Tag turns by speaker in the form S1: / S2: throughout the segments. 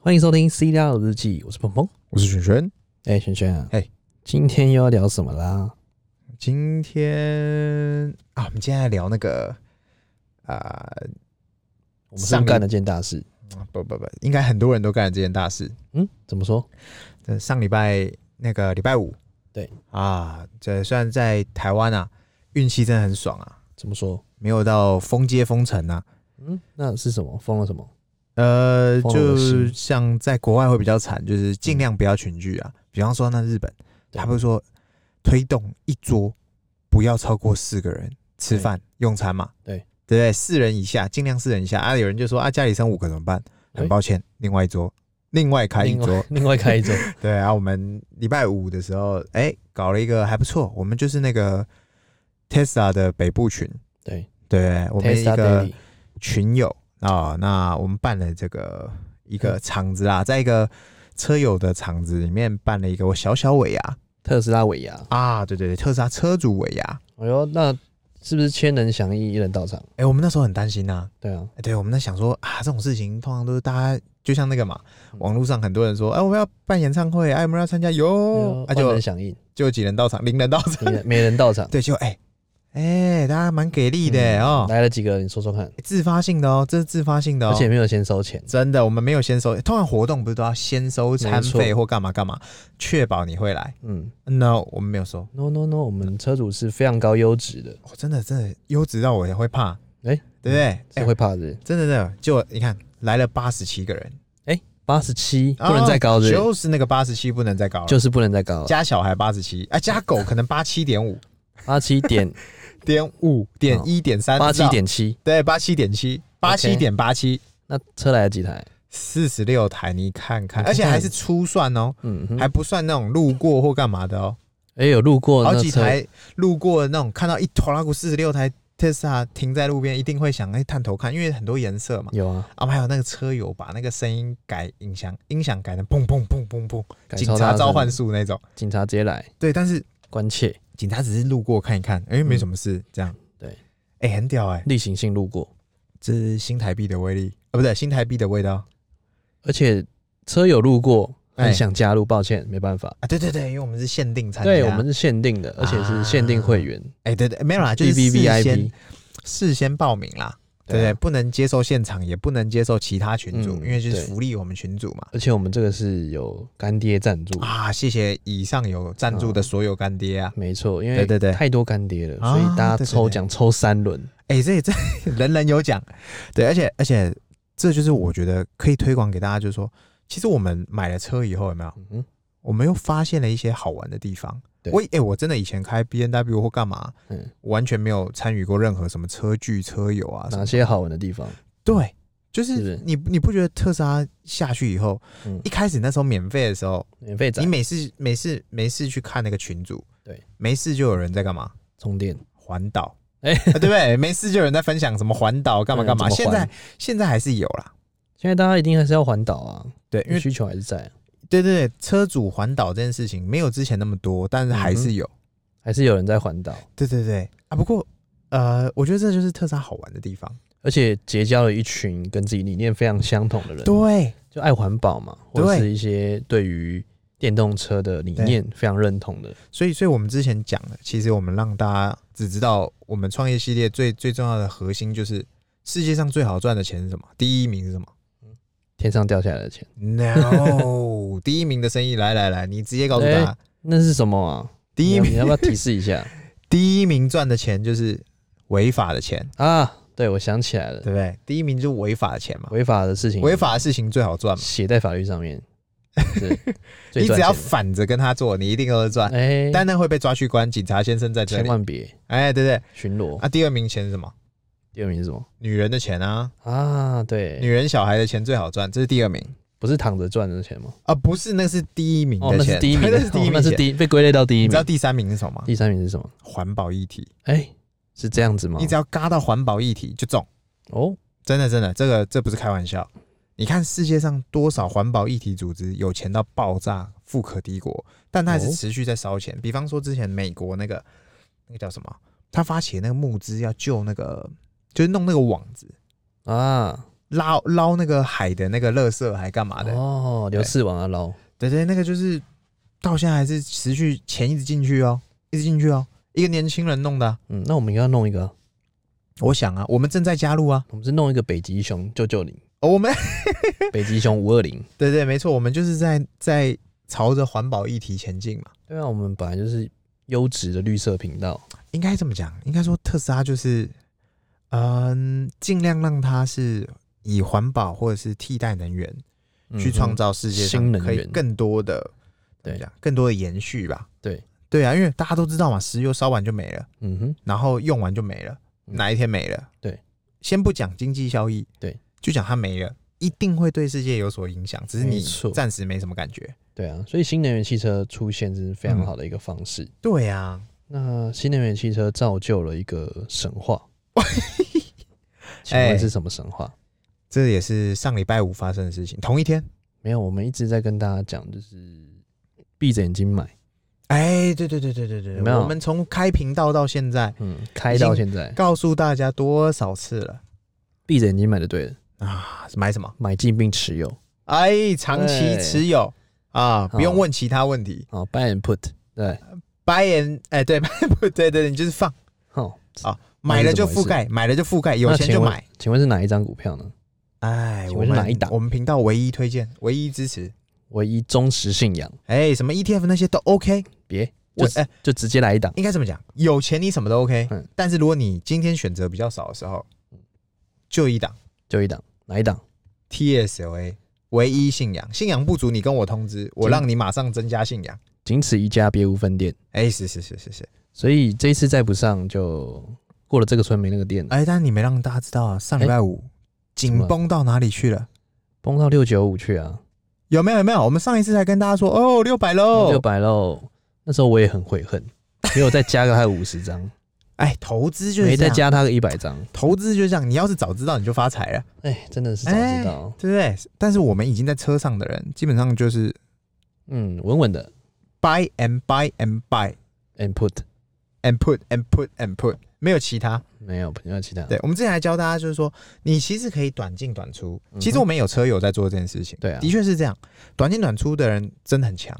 S1: 欢迎收听《C 料日记》，我是鹏鹏。
S2: 我是璇璇。
S1: 哎、轩轩啊，
S2: 哎
S1: 今天又要聊什么啦？
S2: 今天啊，我们今天来聊那个啊、
S1: 我们是
S2: 上
S1: 不是
S2: 一
S1: 干了件大事。
S2: 不不不，应该很多人都干了这件大事。
S1: 嗯，怎么说？
S2: 这上礼拜那个礼拜五，
S1: 对
S2: 啊，这虽然在台湾啊，运气真的很爽啊，
S1: 怎么说？
S2: 没有到封街封城啊。
S1: 嗯，那是什么？封了什么？
S2: 呃，
S1: 封了我的
S2: 就
S1: 心
S2: 像在国外会比较惨，就是尽量不要群聚啊。比方说，那日本，
S1: 对
S2: 他不是说推动一桌不要超过四个人吃
S1: 对
S2: 饭用餐嘛？
S1: 对
S2: 对不对？四人以下，尽量四人以下啊。有人就说啊，家里生五个怎么办？很
S1: 哎
S2: 抱歉，另外一桌，另外开一
S1: 另
S2: 桌
S1: 外。另外 开一桌。
S2: 对啊，我们礼拜五的时候，哎、搞了一个还不错，我们就是那个 Tesla 的北部群，
S1: 对
S2: 对我们一
S1: Tesla
S2: 个
S1: Daily，
S2: 群友啊、那我们办了这个一个
S1: 嗯
S2: 场子啦，在一个车友的场子里面办了一个我小小啊尾牙
S1: 特斯拉尾牙。
S2: 啊，对对对，特斯拉车主尾牙。
S1: 哎呦，那是不是千人响应，一人到场？
S2: 哎、我们那时候很担心呐、
S1: 对啊，
S2: 哎对，我们在想说啊，这种事情通常都是大家就像那个嘛，
S1: 嗯
S2: 网络上很多人说，哎、我们要办演唱会，哎、我们要参加，
S1: 哦
S2: 有，啊
S1: 万
S2: 就
S1: 人响应，
S2: 就几人到场，零人到
S1: 没
S2: 场，
S1: 人 没人到场。
S2: 对，就哎哎、大家蛮给力的、
S1: 嗯
S2: 哦、
S1: 来了几个？你说说看。
S2: 自发性的哦，这是自发性的哦，
S1: 而且没有先收钱。
S2: 真的，我们没有先收，通常活动不是都要先收餐
S1: 没
S2: 费
S1: 错
S2: 或干嘛干嘛，确保你会来。
S1: 嗯
S2: No，我们没有收。
S1: ，no no no，我们车主是非常高优质的，
S2: 哦、真的真的优质到我也会怕，
S1: 哎
S2: 对不对？哎、
S1: 是会怕的。
S2: 真的真的，就你看来了八十七个人，
S1: 八十七不能再高
S2: 哦
S1: 的，
S2: 就是那个八十七不能再高了，
S1: 就是不能再高了。
S2: 加小孩八十七，哎，加狗可能八七点五
S1: 八七 点
S2: 点五点一点三，
S1: 哦八七点七，
S2: 对，八七点七，八七点八七。
S1: 那车来了几台？
S2: 四十六台，你看看，
S1: 你看看
S2: 而且还是初算哦，
S1: 嗯哼，
S2: 还不算那种路过或干嘛的哦。
S1: 哎、有路过
S2: 好
S1: 那
S2: 几
S1: 车，
S2: 台路过那种看到一头拉古四十六台 Tesla 停在路边，一定会想哎、探头看，因为很多颜色嘛。
S1: 有啊，
S2: 啊，还有那个车友把那个声音改音响，音响改成砰砰砰砰砰，
S1: 改
S2: 警
S1: 超大
S2: 察
S1: 声
S2: 召唤，术那种。
S1: 警察直接来
S2: 对，但是
S1: 关切，
S2: 警察只是路过看一看，哎、没什么事，这样。
S1: 嗯对，
S2: 哎、很屌哎、
S1: 例行性路过，
S2: 这是新台币的威力，哦，不对，新台币的味道
S1: 而且车有路过，
S2: 哎
S1: 很想加入，抱歉，没办法。
S2: 啊。对对对，因为我们是限定参加，
S1: 对我们是限定的，而且是限定会员
S2: 哎、对对，没有啊啦，就
S1: ，B
S2: 是
S1: B
S2: 事
S1: V I
S2: 先
S1: P，啊
S2: 事先报名啦。对不对？不能接受现场，也不能接受其他群组，
S1: 嗯
S2: 因为就是
S1: 对
S2: 福利我们群组嘛。
S1: 而且我们这个是有干爹赞助，
S2: 啊，谢谢以上有赞
S1: 嗯
S2: 助的所有干爹啊！
S1: 没错，因为
S2: 对对对
S1: 太多干爹了，
S2: 啊
S1: 所以大家
S2: 对对
S1: 抽奖抽三轮，
S2: 哎、这这人人有奖，对，而且而且这就是我觉得可以推广给大家，就是说，其实我们买了车以后有没有，
S1: 嗯哼，
S2: 我们又发现了一些好玩的地方。
S1: 对
S2: 我哎、我真的以前开 B N W 或干嘛，
S1: 嗯
S2: 我完全没有参与过任何什么车距、车友啊什
S1: 哪
S2: 么。
S1: 些好玩的地方？
S2: 对，就是
S1: 不是
S2: 是你你不觉得特斯拉下去以后，
S1: 嗯
S2: 一开始那时候免费的时候，
S1: 免费
S2: 你
S1: 展
S2: 每次每次每次去看那个群组，
S1: 对，
S2: 没事就有人在干嘛？
S1: 充电，
S2: 环岛，
S1: 哎
S2: 啊对不对？没事就有人在分享什么环岛干嘛
S1: 嗯
S2: 干嘛。
S1: 怎么
S2: 现在
S1: 环
S2: 现在还是有啦，
S1: 现在大家一定还是要环岛啊，
S2: 对，因为
S1: 需求还是在啊、
S2: 对对对，车主环岛这件事情没有之前那么多，但是
S1: 嗯
S2: 还是有。
S1: 还是有人在环岛，
S2: 对对对啊，不过呃，我觉得这就是特斯拉好玩的地方。
S1: 而且结交了一群跟自己理念非常相同的人，
S2: 对
S1: 就爱环保嘛，或
S2: 对
S1: 者是一些对于电动车的理念非常认同的。
S2: 所以，所以我们之前讲的，其实我们让大家只知道，我们创业系列最最重要的核心就是世界上最好赚的钱是什么？第一名是什么
S1: 天上掉下来的钱，
S2: ？No，第一名的生意，来来来，你直接告诉大家，
S1: 那是什么啊？
S2: 第一
S1: 你要
S2: 名
S1: 你要不要提示一下
S2: 第一名赚的钱就是违法的钱，
S1: 啊？对，我想起来
S2: 对
S1: 了，
S2: 不对？第一名就是违法的钱嘛，
S1: 违法的事情，
S2: 违法的事情最好赚嘛。
S1: 写在法律上面， 是最
S2: 你
S1: 赚
S2: 只要
S1: 钱的。
S2: 反着跟他做，你一定都是赚，
S1: 哎，
S2: 但那会被抓去关，警察先生在这
S1: 千
S2: 里。
S1: 万别
S2: 哎，对不对？
S1: 巡逻。
S2: 啊，第二名钱是什么？
S1: 第二名是什么
S2: 女人的钱啊，
S1: 啊？
S2: 女
S1: 对，
S2: 人小孩的钱最好赚，这是第二名
S1: 不是躺着赚的钱吗？
S2: 啊，不是，那是第一名
S1: 哦，
S2: 的
S1: 那
S2: 钱，
S1: 是第一名
S2: 那
S1: 的，
S2: 是第一
S1: 哦
S2: 名
S1: 那是
S2: 钱。
S1: 第一被归类到第一
S2: 你知道
S1: 名。
S2: 第三名是什么吗？
S1: 第三名是什么？
S2: 环保议题，
S1: 哎、是这样子吗
S2: 你？只要嘎到环保议题就中，
S1: 哦，
S2: 真的真的，这个这不是开玩笑。你看世界上多少环保议题组织有钱到爆炸，富可敌国，但它还是
S1: 哦
S2: 持续在烧钱。比方说之前美国那个那个叫什么，他发起那个募资要救那个，就是弄那个网子，
S1: 啊，
S2: 捞捞那个海的那个垃圾，还干嘛的？
S1: 哦，留刺网啊捞，
S2: 对对，那个就是到现在还是持续钱一直进去哦，一直进去哦，一个年轻人弄的啊、
S1: 嗯，那我们应该要弄一个啊，
S2: 我想啊，我们正在加入啊，
S1: 我们是弄一个北极熊救救 你，
S2: 哦、我们
S1: 北极熊五二零。
S2: 对对，没错，我们就是在在朝着环保议题前进嘛。
S1: 对啊，我们本来就是优质的绿色频道，
S2: 应该这么讲，应该说特斯拉就是，嗯，尽量让它是以环保或者是替代能源去创
S1: 造。
S2: 造世界
S1: 嗯新
S2: 上
S1: 能
S2: 可以
S1: 源
S2: 更多的，怎么
S1: 对
S2: 讲，更多的延续吧。
S1: 对
S2: 对啊，因为大家都知道嘛，石油烧完就没了，
S1: 嗯哼，
S2: 然后用完就没了，
S1: 嗯
S2: 哪一天没了？
S1: 对，
S2: 先不讲经济效益，
S1: 对，
S2: 就讲它没了，一定会对世界有所影响，只是
S1: 没
S2: 你
S1: 错
S2: 暂时没什么感觉。
S1: 对啊，所以新能源汽车出现是非常好的一个方式。
S2: 对啊，
S1: 那新能源汽车造就了一个神 话，请
S2: 哎
S1: 问是什么神话？
S2: 这也是上礼拜五发生的事情，同一天。
S1: 没有，我们一直在跟大家讲，就是闭着眼睛买，
S2: 哎，对对对对对对，
S1: 有没有
S2: 我们从开频道到现在，
S1: 嗯，开到现在，
S2: 告诉大家多少次了
S1: 闭着眼睛买就对了，
S2: 啊？买什么？
S1: 买进并持有
S2: 哎，长期
S1: 对
S2: 持有啊，
S1: 好
S2: 不用问其他问题。
S1: 啊，buy and put，对，
S2: buy and 哎，对， 不对对对，你就是放，
S1: 好，
S2: 买了就覆盖，买了就覆盖，有钱就买。
S1: 请问是哪一张股票呢？
S2: 哎，
S1: 请
S2: 我
S1: 问是
S2: 们
S1: 哪一档
S2: 我们频道唯一推荐，唯一支持。
S1: 唯一忠实信仰，
S2: 哎，什么 ETF 那些都 OK。
S1: 别
S2: 我
S1: 就
S2: 哎，
S1: 就直接来一档，
S2: 应该这么讲，有钱你什么都 OK
S1: 嗯。
S2: 但是如果你今天选择比较少的时候，就一档
S1: 就一档，哪一档？
S2: TSLA 唯一信仰，信仰不足你跟我通知，我让你马上增加信仰。
S1: 仅此一家，别无分店。
S2: 哎，是是是是是。
S1: 所以这一次再不上，就过了这个村没那个店了，
S2: 哎，但是你没让大家知道啊，上礼拜五
S1: 哎
S2: 紧绷到哪里去了？
S1: 崩到六九五去啊，
S2: 有没有？有没有？我们上一次才跟大家说，哦，六百
S1: 六
S2: 喽。
S1: 百喽。那时候我也很悔恨，因为我再加个他五十 张，
S2: 哎，投资就是
S1: 没
S2: 这
S1: 再
S2: 样，
S1: 加他个一百张，
S2: 投资就是这样。你要是早知道，你就发财了，
S1: 哎，真的是早知道，
S2: 对不对？但是我们已经在车上的人，基本上就是
S1: 嗯，稳稳的
S2: buy and buy and buy
S1: and put，
S2: and put and put and put，没有其他。
S1: 没有没有其他，
S2: 对，我们之前还教大家，就是说，你其实可以短进短出。
S1: 嗯哼
S2: 其实我们有车友在做这件事情，
S1: 对啊
S2: 的确是这样。短进短出的人真的很强，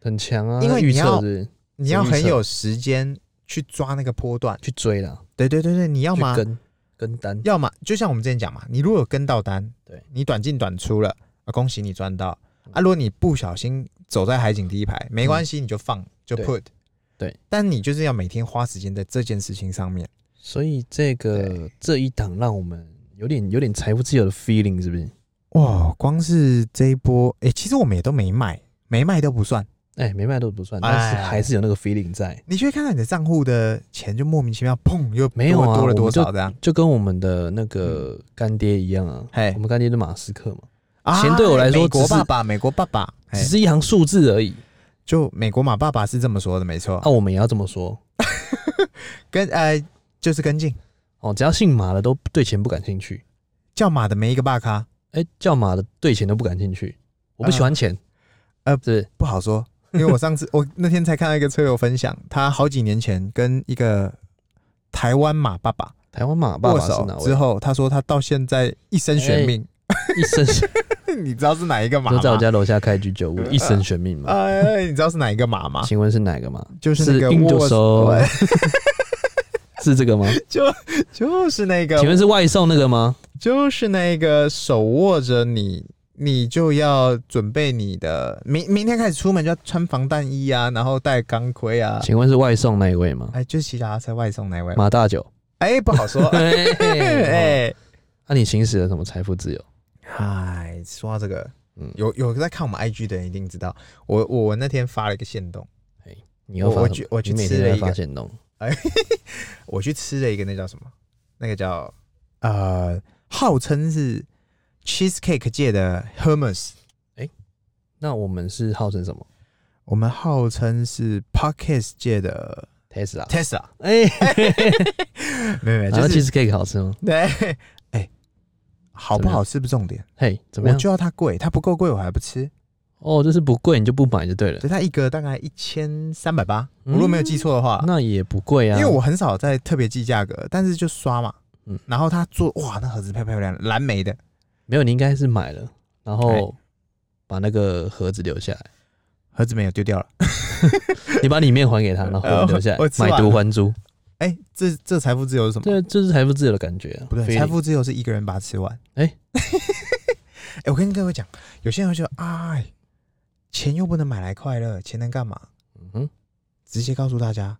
S1: 很强啊，
S2: 因为
S1: 预
S2: 你要
S1: 测是
S2: 你要
S1: 什么意
S2: 很
S1: 思
S2: 有时间去抓那个波段。
S1: 去追啦，
S2: 对对对对，你要
S1: 去
S2: 么
S1: 跟跟单，
S2: 要么就像我们之前讲嘛，你如果有跟到单，
S1: 对嗯
S2: 你短进短出了，啊，恭喜你赚到啊！如果你不小心走在海景第一排，没关系，你就放
S1: 嗯
S2: 就
S1: 对
S2: put，
S1: 对，
S2: 但你就是要每天花时间在这件事情上面。
S1: 所以这个这一档让我们有点有点财富自由的 feeling，是不是？
S2: 哇，光是这一波，哎、其实我们也都没卖，没卖都不算。
S1: 哎，没卖都不算，但是
S2: 哎
S1: 还是有那个 feeling 在。
S2: 你去看到你的账户的钱就莫名其妙砰又
S1: 没有啊
S2: 多多
S1: 我
S2: 了多
S1: 们就
S2: 少这样？
S1: 就跟我们的那个干爹一样啊，
S2: 嗯嘿
S1: 我们干爹是马斯克嘛，
S2: 啊
S1: 钱对我来说
S2: 美国
S1: 只是
S2: 爸爸，美国爸爸，哎
S1: 只是一行数字而已。
S2: 就美国马爸爸是这么说的，没错。
S1: 那我们也要这么说
S2: 跟呃，就是跟进
S1: 哦，只要姓马的都对钱不感兴趣，
S2: 叫马的没一个爸咖，
S1: 哎，叫马的对钱都不感兴趣，我不喜欢钱，
S2: 呃
S1: 是不是
S2: 不好说。因为我 上次我那天才看到一个车友分享，他好几年前跟一个台湾马爸爸
S1: 台湾马爸
S2: 握
S1: 爸是哪
S2: 手之
S1: 位？哎
S2: 后，他说他到现在一生悬命。
S1: 一生
S2: 你知道是哪一个马
S1: 就在我
S2: 吗？
S1: 家楼下开居酒屋，一生悬命嘛。
S2: 哎，你知道是哪一个马吗？
S1: 请问是哪个马？
S2: 就是那
S1: 是
S2: 个
S1: 印度
S2: 握哎
S1: 手， 是这个吗？
S2: 就是那个
S1: 请问是外送那个吗？
S2: 就是那个手握着你，你就要准备你的明明天开始出门就要穿防弹衣啊，然后戴钢盔啊。
S1: 请问是外送那一位吗？
S2: 哎，就是骑脚踏车外送那位，
S1: 马大九。
S2: 哎，不好 说。
S1: 哎，
S2: 哎，
S1: 那你行使了什么财富自由？
S2: 嗨，哎说到这个
S1: 嗯，
S2: 有有在看我们 IG 的人一定知道，我我那天发了一个限动，
S1: 你又
S2: 我
S1: 发
S2: 我
S1: 什么
S2: 去我去
S1: 你每
S2: 吃
S1: 天都
S2: 了
S1: 在
S2: 一个
S1: 发现弄
S2: 我去吃了一个那叫什么？那个叫呃，号称是 cheesecake 界的 Hermes，
S1: 那我们是号称什么
S2: 我们号称是 podcast 界的
S1: Tesla？
S2: Tesla。
S1: 哎，
S2: 没有没有，
S1: 然
S2: 就
S1: 后
S2: 是
S1: cheesecake 好吃吗？
S2: 对，哎、好
S1: 怎
S2: 不
S1: 么样
S2: 好吃不重点，
S1: 嘿，怎么
S2: 我
S1: 样？
S2: 就要它贵，它不够贵我还不吃。
S1: 哦，就是不贵你就不买就对了，
S2: 所以它一格大概一千三百八，
S1: 嗯
S2: 我如果没有记错的话，
S1: 那也不贵啊。
S2: 因为我很少在特别记价格，但是就刷嘛，
S1: 嗯
S2: 然后它做哇，那盒子漂漂亮，蓝莓的，
S1: 没有，你应该是买了，然后
S2: 哎
S1: 把那个盒子留下来，
S2: 盒子没有丢掉了。
S1: 你把里面还给他，然后盒子留下来
S2: 我哦我，吃完
S1: 买
S2: 了
S1: 椟还珠。
S2: 哎、这这财富自由是什么？
S1: 对，这是财富自由的感觉啊。
S2: 不对，
S1: feeling
S2: 财富自由是一个人把它吃完。
S1: 哎
S2: 哎、我跟各位讲，有些人会觉得，哎，钱又不能买来快乐，钱能干嘛？
S1: 嗯哼，
S2: 直接告诉大家，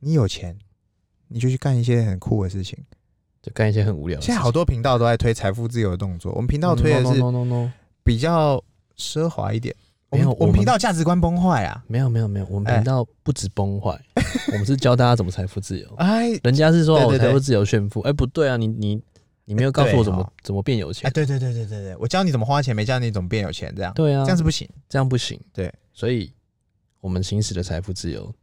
S2: 你有钱，你就去干一些很酷的事情。
S1: 就干一些很无聊的事
S2: 现
S1: 情。
S2: 在好多频道都在推财富自由的动作，我们频道推的
S1: 嗯
S2: 是
S1: no no no no, no
S2: 比较奢华一点。我
S1: 没有
S2: 们
S1: 我
S2: 我
S1: 们
S2: 们频道价值观崩坏啊！
S1: 没有没有没有，我们
S2: 哎
S1: 频道不止崩坏，我们是教大家怎么财富自由。啊
S2: 哎
S1: 人家是说
S2: 对
S1: 我
S2: 对
S1: 财
S2: 对
S1: 富自由炫富，哎，不对啊，你你你没有告诉
S2: 对
S1: 我怎么
S2: 哦
S1: 怎么变有
S2: 哎，
S1: 钱。
S2: 对对对对对对，我教你怎么花钱，没教你怎么变有钱，这样
S1: 对啊，
S2: 这样子不行。
S1: 这样不行。
S2: 对，
S1: 所以我们行使了财富自由。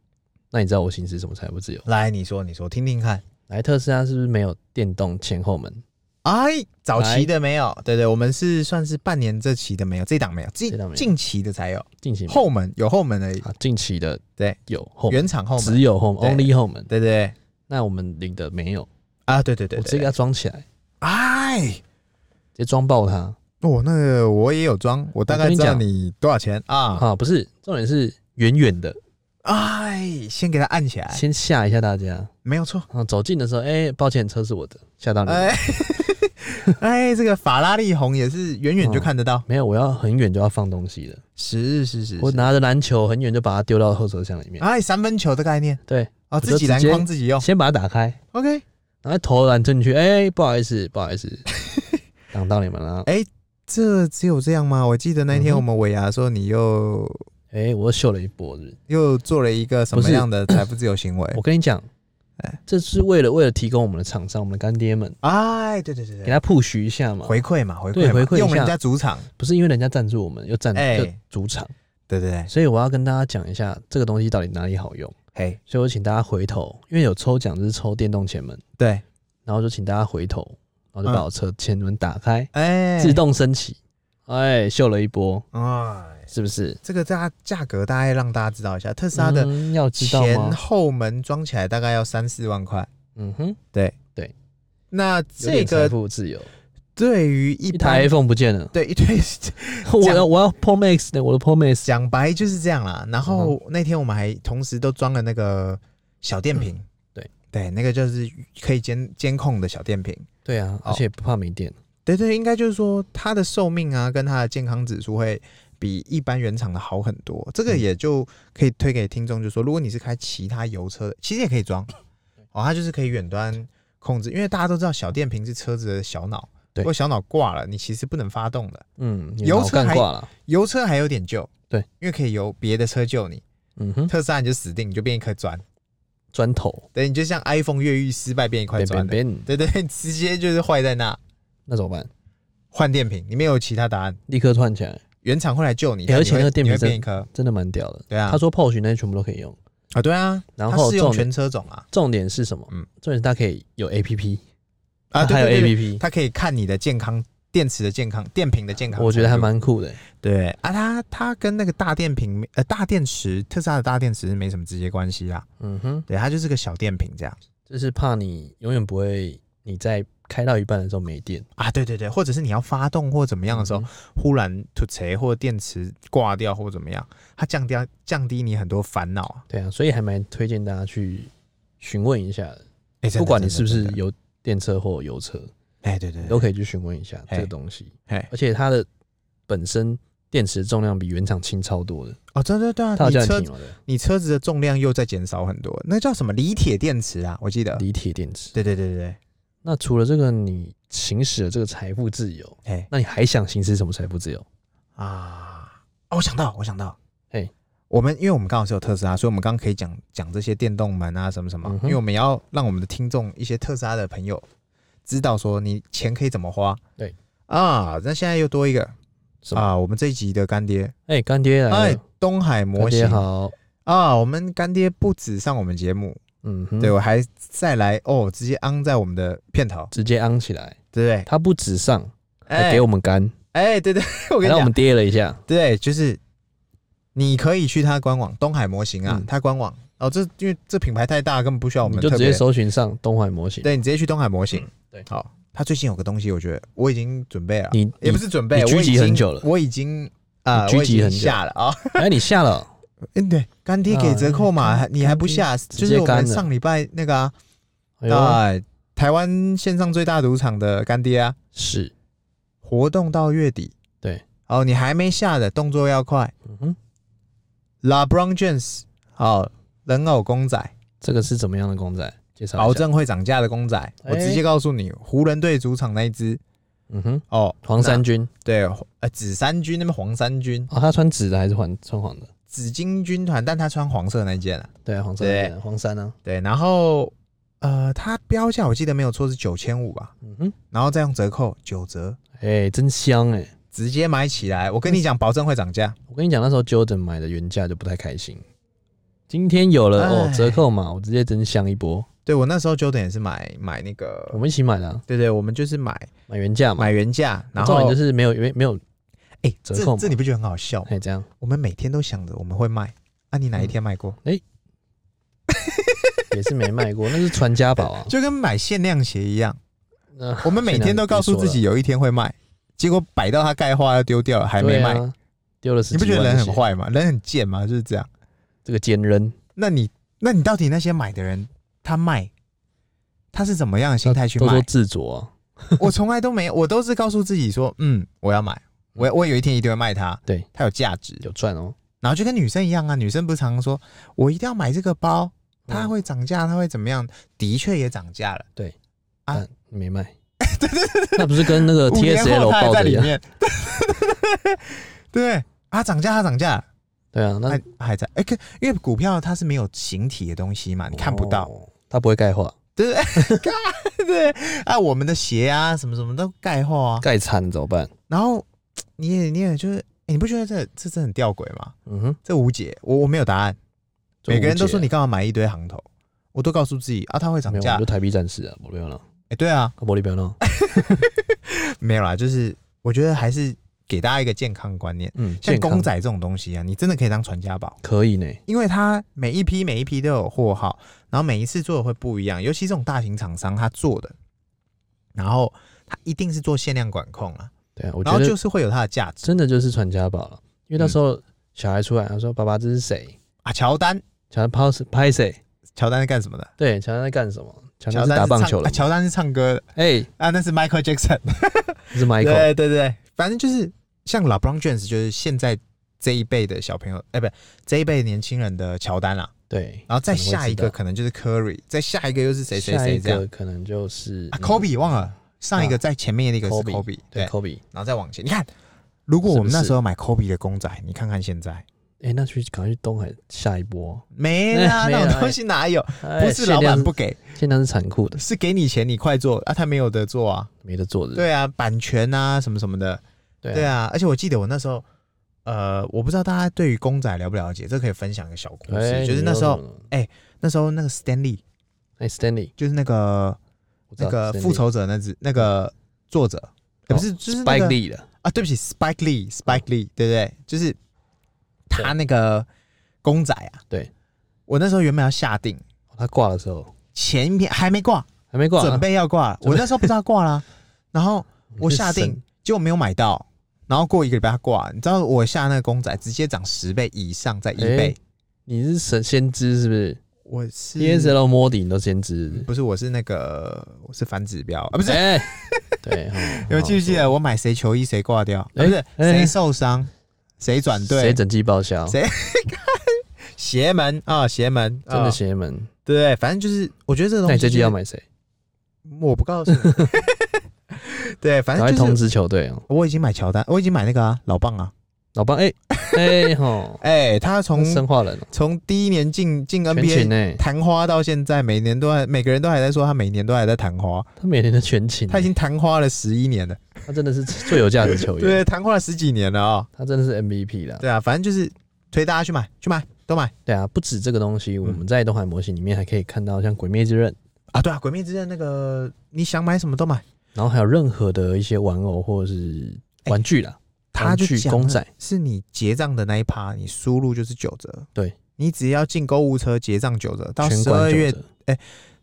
S1: 那你知道我行使什么财富自由？
S2: 来，你说你说，听听看。
S1: 来特斯拉是不是没有电动前后门？
S2: 哎，早
S1: 来
S2: 期的没有，对对，我们是算是半年这期的没有，这档没有，
S1: 这档
S2: 近
S1: 没有
S2: 近期的才有
S1: 近期没有
S2: 后门有后门而已，
S1: 啊，近期的
S2: 对
S1: 有后门，
S2: 原厂后门，
S1: 只有后门
S2: 对
S1: ，only 后门。
S2: 对对对
S1: 那我们领的没有，
S2: 啊，对对对
S1: 我直接
S2: 对
S1: 给
S2: 对。
S1: 它装起来，
S2: 哎，
S1: 直接装爆它
S2: 我那个我也有装，我大
S1: 我
S2: 概
S1: 跟你
S2: 知道
S1: 讲
S2: 你多少钱啊？
S1: 啊！不是，重点是远远的，
S2: 哎，先给它按起来，
S1: 先吓一下大家。
S2: 没有错。
S1: 啊，走近的时候，哎，抱歉，车是我的，吓到你了。
S2: 哎 哎，这个法拉利红也是远
S1: 啊
S2: 远就看得到，
S1: 没有，我要很远就要放东西了。
S2: 是是是
S1: 我
S2: 是。
S1: 拿着篮球很远就把它丢到后车厢里面，
S2: 哎，三分球的概念
S1: 对，
S2: 啊，
S1: 就
S2: 自己
S1: 直
S2: 篮
S1: 接
S2: 筐自己用。
S1: 先把它打开，
S2: OK，
S1: 然后投篮进去，哎，不好意思，不好意思， 挡到你们了。
S2: 这只有这样吗？我记得那
S1: 嗯
S2: 天
S1: 哼
S2: 我们尾牙说你又
S1: 哎，我又秀了一波，是不是
S2: 又做了一个什
S1: 不
S2: 么
S1: 是
S2: 样的财富自由行为
S1: 我？跟你讲
S2: 哎，
S1: 这是为了为了提供我们的厂商，我们的干爹们，
S2: 哎，对对对
S1: 给
S2: 对，
S1: 他 push 一下嘛。
S2: 回馈嘛，回
S1: 对
S2: 馈嘛
S1: 回馈一下
S2: 用人家主场，
S1: 不是因为人家赞助我们，又赞
S2: 哎
S1: 又主场，
S2: 对对对，
S1: 所以我要跟大家讲一下这个东西到底哪里好用。
S2: 嘿，
S1: 所以我请大家回头，因为有抽奖就是抽电动前门，
S2: 对，
S1: 然后就请大家回头，然后就把我车前门打开，
S2: 哎，
S1: 自动升起，哎，秀了一波，
S2: 哎，
S1: 是不是？
S2: 这个大价格大概让大家知道一下，特斯拉的
S1: 嗯要知道
S2: 前
S1: 吗？
S2: 后门装起来大概要三四万块，
S1: 嗯哼，
S2: 那
S1: 有点
S2: 这
S1: 财
S2: 个
S1: 富自由，
S2: 对于一
S1: 一台
S2: 般
S1: iPhone 不见了，
S2: 对一堆
S1: 我要我要 Pro Max 的，我的 Pro Max
S2: 讲白就是这样啦。
S1: 嗯
S2: 然后那天我们还同时都装了那个小电瓶，
S1: 嗯
S2: 嗯
S1: 对
S2: 对，那个就是可以监监控的小电瓶。
S1: 对啊，而且不怕没电，
S2: 对对，应该就是说它的寿命啊，跟它的健康指数会比一般原厂的好很多。这个
S1: 嗯
S2: 也就可以推给听众，就说如果你是开其他油车的，其实也可以装 哦，它就是可以远端控制，因为大家都知道小电瓶是车子的小脑，
S1: 对
S2: 如果小脑挂了，你其实不能发动的。
S1: 嗯，你
S2: 油
S1: 老
S2: 车
S1: 干
S2: 还
S1: 挂了，
S2: 油车还有点救，
S1: 对，
S2: 因为可以由别的车救你，
S1: 嗯哼，
S2: 特斯拉你就死定，你就变一颗砖，
S1: 砖头，
S2: 对，你就像 iPhone 越狱失败变一块
S1: 变
S2: 砖
S1: 变
S2: 的，
S1: 变，
S2: 对对，直接就是坏在那。
S1: 那怎么办？
S2: 换电瓶，里面有其他答案，
S1: 立刻串起来，
S2: 原厂会来救你，
S1: 欸而且
S2: 但你会
S1: 那个电瓶
S2: 你会
S1: 真
S2: 变一颗，
S1: 真的蛮屌的。
S2: 对啊，
S1: 他说 POS 那些全部都可以用，
S2: 啊，对啊，
S1: 然
S2: 它
S1: 后
S2: 适用
S1: 重点
S2: 全车种啊，
S1: 重点是什么？
S2: 嗯
S1: 重点是它可以有 A P P
S2: 啊，对
S1: 还有
S2: 对
S1: A P
S2: 对对
S1: P，
S2: 它可以看你的健康，电池的健康，电瓶的健康程度，
S1: 我觉得还蛮酷的。欸
S2: 对啊，它它跟那个大电瓶没呃大电池，特斯拉的大电池是没什么直接关系啦，
S1: 嗯哼，
S2: 对，它就是个小电瓶这样
S1: 就是怕你永远不会你在开到一半的时候没电，嗯
S2: 啊，对对对，或者是你要发动或怎么
S1: 这
S2: 样的时候，忽然突锤或电池挂掉或怎么样，它降低降低你很多烦恼啊，
S1: 对啊，所以还蛮推荐大家去询问一下的，
S2: 哎，真的
S1: 不管你是不是，
S2: 真的真的
S1: 有电车或油车，
S2: 哎，对对
S1: 你
S2: 对
S1: 都
S2: 对，
S1: 可以去询问一下这个
S2: 嘿
S1: 东西。
S2: 哎，
S1: 而且它的本身电池重量比原厂轻超多的，
S2: 哦，对对对啊，
S1: 它有
S2: 你
S1: 叫你
S2: 车
S1: 停了的
S2: 你车子的重量又在减少很多，那叫什么锂铁电池啊？我记得。
S1: 锂铁电池。
S2: 对对对对对，
S1: 那除了这个，你行使了这个财富自由，
S2: 哎
S1: 那你还想行使什么财富自由？
S2: 啊，哦，我想到，我想到，
S1: 嘿，
S2: 我们因为我们刚好是有特斯拉，所以我们刚刚可以讲讲这些电动门啊什么什么，
S1: 嗯哼
S2: 因为我们要让我们的听众一些特斯拉的朋友知道说你钱可以怎么花。
S1: 对
S2: 啊，那现在又多一个
S1: 什么？
S2: 啊，我们这一集的干爹，
S1: 哎，干爹来
S2: 哎
S1: 了，，
S2: 东海
S1: 干
S2: 模
S1: 爹
S2: 型
S1: 好，
S2: 啊，我们干爹不止上我们节目，
S1: 嗯哼，
S2: 对我还再来哦，直接安在我们的片头，
S1: 直接昂起来，
S2: 对不对？
S1: 他不止上，还
S2: 哎
S1: 给我们干，
S2: 哎，对对， 我
S1: 还
S2: 跟你
S1: 让我
S2: 讲
S1: 们，跌了一下。
S2: 对，就是你可以去它官网东海模型啊
S1: 嗯，
S2: 它、官网哦，这因为这品牌太大，根本不需要我
S1: 你
S2: 们
S1: 就
S2: 特
S1: 直
S2: 别
S1: 接搜寻上东海模型。
S2: 对你直接去东海模型，
S1: 对
S2: 好，他最近有个东西，我觉得我已经准备了，
S1: 你
S2: 也不是准备，
S1: 你
S2: 我已
S1: 聚集
S2: 经
S1: 很久了
S2: 我已经啊，
S1: 你聚
S2: 我已
S1: 集
S2: 经
S1: 很久
S2: 下了啊。
S1: 哎，你下了，
S2: 嗯，对，干爹给折扣
S1: 啊
S2: 嘛，还你还不
S1: 干爹
S2: 下？
S1: 接
S2: 就是我
S1: 干
S2: 们
S1: 了
S2: 上礼拜那个啊，
S1: 哎呦，
S2: 啊，台湾线上最大赌场的干爹啊，
S1: 是，
S2: 活动到月底。
S1: 对，
S2: 哦，你还没下的动作要快。
S1: 嗯哼，
S2: LeBron James，好，人偶公仔，
S1: 这个是怎么样的公仔？介绍
S2: 保
S1: 一下。哎
S2: 证会涨价的公仔，我直接告诉你，湖人队主场那一只
S1: 嗯哼，
S2: 哦，
S1: 黄衫军
S2: 对，呃，紫衫军那边黄衫军，
S1: 哦，他穿紫的还是黄穿黄的？
S2: 紫金军团，但他穿黄色那一件啊。
S1: 对啊，黄衫
S2: 对
S1: 军啊黄衫呢？
S2: 对，然后呃，它标价我记得没有错是九千五吧，
S1: 嗯哼，
S2: 然后再用折扣九折，
S1: 哎，真香哎！
S2: 直接买起来。我跟你讲，保证会涨价。
S1: 我跟你讲，那时候 Jordan 买的原价就不太开心，今天有了哦
S2: 哎
S1: 折扣嘛，我直接真香一波。
S2: 对我那时候 Jordan 也是买买那
S1: 我
S2: 个，
S1: 们一起买的啊，
S2: 对对，我们就是买
S1: 买原价嘛。
S2: 买原价，然
S1: 重
S2: 后
S1: 点就是没有没没有
S2: 哎、
S1: 折
S2: 这
S1: 扣嘛
S2: 这你不觉得很好笑吗？
S1: 哎这样，
S2: 我们每天都想着我们会卖，啊，你哪
S1: 嗯
S2: 一天卖过？
S1: 也是没卖过，那是传家宝啊。
S2: 就跟买限量鞋一样，
S1: 那
S2: 我们每天都告诉自己有一天会卖，结果摆到它钙化要丢掉了，还没
S1: 对
S2: 卖，
S1: 啊，丢了十
S2: 你不
S1: 几
S2: 觉
S1: 万
S2: 得
S1: 的
S2: 人很
S1: 鞋？
S2: 坏吗？人很贱吗？就是这样。
S1: 这个奸人，
S2: 那你那你到底那些买的人，他卖，他是怎么样的心态去
S1: 都说
S2: 卖？
S1: 自作啊，
S2: 我从来都没有，我都是告诉自己说，嗯，我要买，我我有一天一定会卖它，
S1: 对，
S2: 它有价值。
S1: 有赚哦。
S2: 然后就跟女生一样啊，女生不是常常说，我一定要买这个包，它
S1: 嗯
S2: 会涨价，它会怎么样？的确也涨价了，啊
S1: 但没 卖。那不是跟那个
S2: 五年后
S1: TSL
S2: 它还
S1: 抱
S2: 在
S1: 着一
S2: 里
S1: 样？
S2: 面， 对啊，涨价它涨价，
S1: 对啊，那
S2: 还还在，哎、可因为股票它是没有形体的东西嘛，你看不到，
S1: 哦，它不会钙化，
S2: 对不对？对啊，我们的鞋啊，什么什么都钙化啊，
S1: 钙惨怎么办？
S2: 然后你也你也就是，哎你不觉得这这真的很吊诡吗？
S1: 嗯哼，
S2: 这无解，我我没有答案。每个人都说你
S1: 就
S2: 干嘛买一堆行头，我都告诉自己啊，它会
S1: 无解啊
S2: 涨
S1: 没有，
S2: 价
S1: 我就。台币战士啊，我不要了，
S2: 哎、对啊，
S1: 我不要 了。
S2: 没有啦，就是我觉得还是给大家一个健康观念，
S1: 嗯，
S2: 像
S1: 健康
S2: 公仔这种东西啊，你真的可以当传家宝，
S1: 可以呢，
S2: 因为它每一批每一批都有货号，然后每一次做的会不一样，尤其这种大型厂商他做的，然后他一定是做限量管控啊，
S1: 对啊，我
S2: 然
S1: 觉
S2: 后
S1: 得
S2: 就是嗯会有它的价值
S1: 真的就是传家宝了，因为那时候小孩出来，他说：“爸爸，这是谁？
S2: 啊。乔丹，
S1: 乔丹拍拍谁？
S2: 乔丹是干什么的？
S1: 对，乔丹在干什么？乔丹
S2: 乔
S1: 是
S2: 丹
S1: 打
S2: 是
S1: 棒
S2: 唱
S1: 球
S2: 啊
S1: 了吗。
S2: 乔丹是唱歌的
S1: 哎，
S2: 啊，那是 Michael Jackson。
S1: 这是 Michael，
S2: 对对对，反正就是像 LeBron James，就是现在这一辈的小朋友，哎、不，这一辈年轻人的乔丹啦。
S1: 对，
S2: 然后再
S1: 可能会
S2: 下一个
S1: 知道
S2: 可能就是 Curry，再下一个又是啊谁谁
S1: 下一
S2: 谁这样
S1: 个可能就是
S2: 啊，Kobe 忘了，上一个在前面的一个是
S1: Kobe，
S2: Kobe，
S1: 对
S2: 对，
S1: Kobe，
S2: 然后再往前，你看，如果我
S1: 是不
S2: 们
S1: 是
S2: 那时候买 Kobe 的公仔，你看看现在
S1: 哎，那去赶快去东海下一波，
S2: 没 啦，
S1: 哎没哎了
S2: 那种东西哪有？
S1: 不
S2: 不是老板不给，
S1: 现在是残酷的，
S2: 是给你钱你快做啊，他没有得做啊，
S1: 没得做的。
S2: 对啊，版权啊什么什么的，
S1: 对
S2: 对啊，而且我记得我那时候，呃，我不知道大家对于公仔了不了解，这可以分享一个小故
S1: 哎
S2: 事，就是
S1: 你
S2: 那
S1: 说
S2: 时
S1: 什
S2: 候
S1: 么呢
S2: 那时候那个 Stanley，
S1: 哎，Stanley，
S2: 就是那个
S1: 我知
S2: 那
S1: 道
S2: 个
S1: Stanley 哦
S2: 复仇者那只那个作者，也不是就是那
S1: Spike
S2: 个
S1: Lee 的，
S2: 啊，对不起，Spike Lee，Spike Lee，对不对？就是他那个公仔啊，
S1: 对
S2: 我那时候原本要下定，
S1: 哦他挂的时候
S2: 前面还没挂，
S1: 还没挂，啊
S2: 准备要挂了，我那时候不知道挂了啊，然后
S1: 你是
S2: 我下定
S1: 神，
S2: 结果没有买到，然后过一个礼拜它挂，你知道我下那个公仔直接涨十倍以上，在一倍
S1: 哎。你是神先知是不是
S2: 我是
S1: ？TSL 摸底你都先知，
S2: 不是我是那个我是反指标啊，不是？
S1: 哎，对，哦
S2: 你们记不记
S1: 好
S2: 得我买谁球衣谁挂掉？啊不
S1: 哎
S2: 是
S1: 哎
S2: 谁受伤谁转
S1: 谁
S2: 队
S1: 整季报销？
S2: 谁邪门啊邪门，
S1: 真的
S2: 啊
S1: 邪门。
S2: 对，反正就是我觉得这个
S1: 那
S2: 东
S1: 你
S2: 西
S1: 这季
S2: 就是
S1: 要买谁？
S2: 我不告诉 你。对，反
S1: 赶快
S2: 正
S1: 通
S2: 哎就是
S1: 知球队哦。
S2: 我已经买乔丹，我已经买那个啊老棒啊，
S1: 老棒， 哎哎吼，
S2: 哎，他从
S1: 生化人哦，
S2: 从第一年进进
S1: 全勤
S2: NBA
S1: 哎，
S2: 昙花到现在，每年都还每个人都还在说他每年都还在昙花，
S1: 他每年的全勤欸，
S2: 他已经昙花了十一年了，
S1: 他真的是最有价值球员，
S2: 对，昙花了十几年了啊、
S1: 他真的是 MVP 啦。
S2: 对啊，反正就是推大家去买，去买，都买
S1: 对啊，不止这个东
S2: 嗯
S1: 西，我们在动海模型里面还可以看到像《鬼灭之刃》，
S2: 啊！对啊，《鬼灭之刃》那个你想买什么都买，
S1: 然后还有任何的一些玩偶或者是玩具啦，
S2: 哎他
S1: 玩
S2: 就
S1: 具
S2: 讲
S1: 公
S2: 了
S1: 仔，
S2: 是你结账的那一趴，你输入就是九折，
S1: 对
S2: 你只要进购物车结账九折，到
S1: 全
S2: 十
S1: 馆
S2: 二
S1: 九
S2: 月
S1: 折，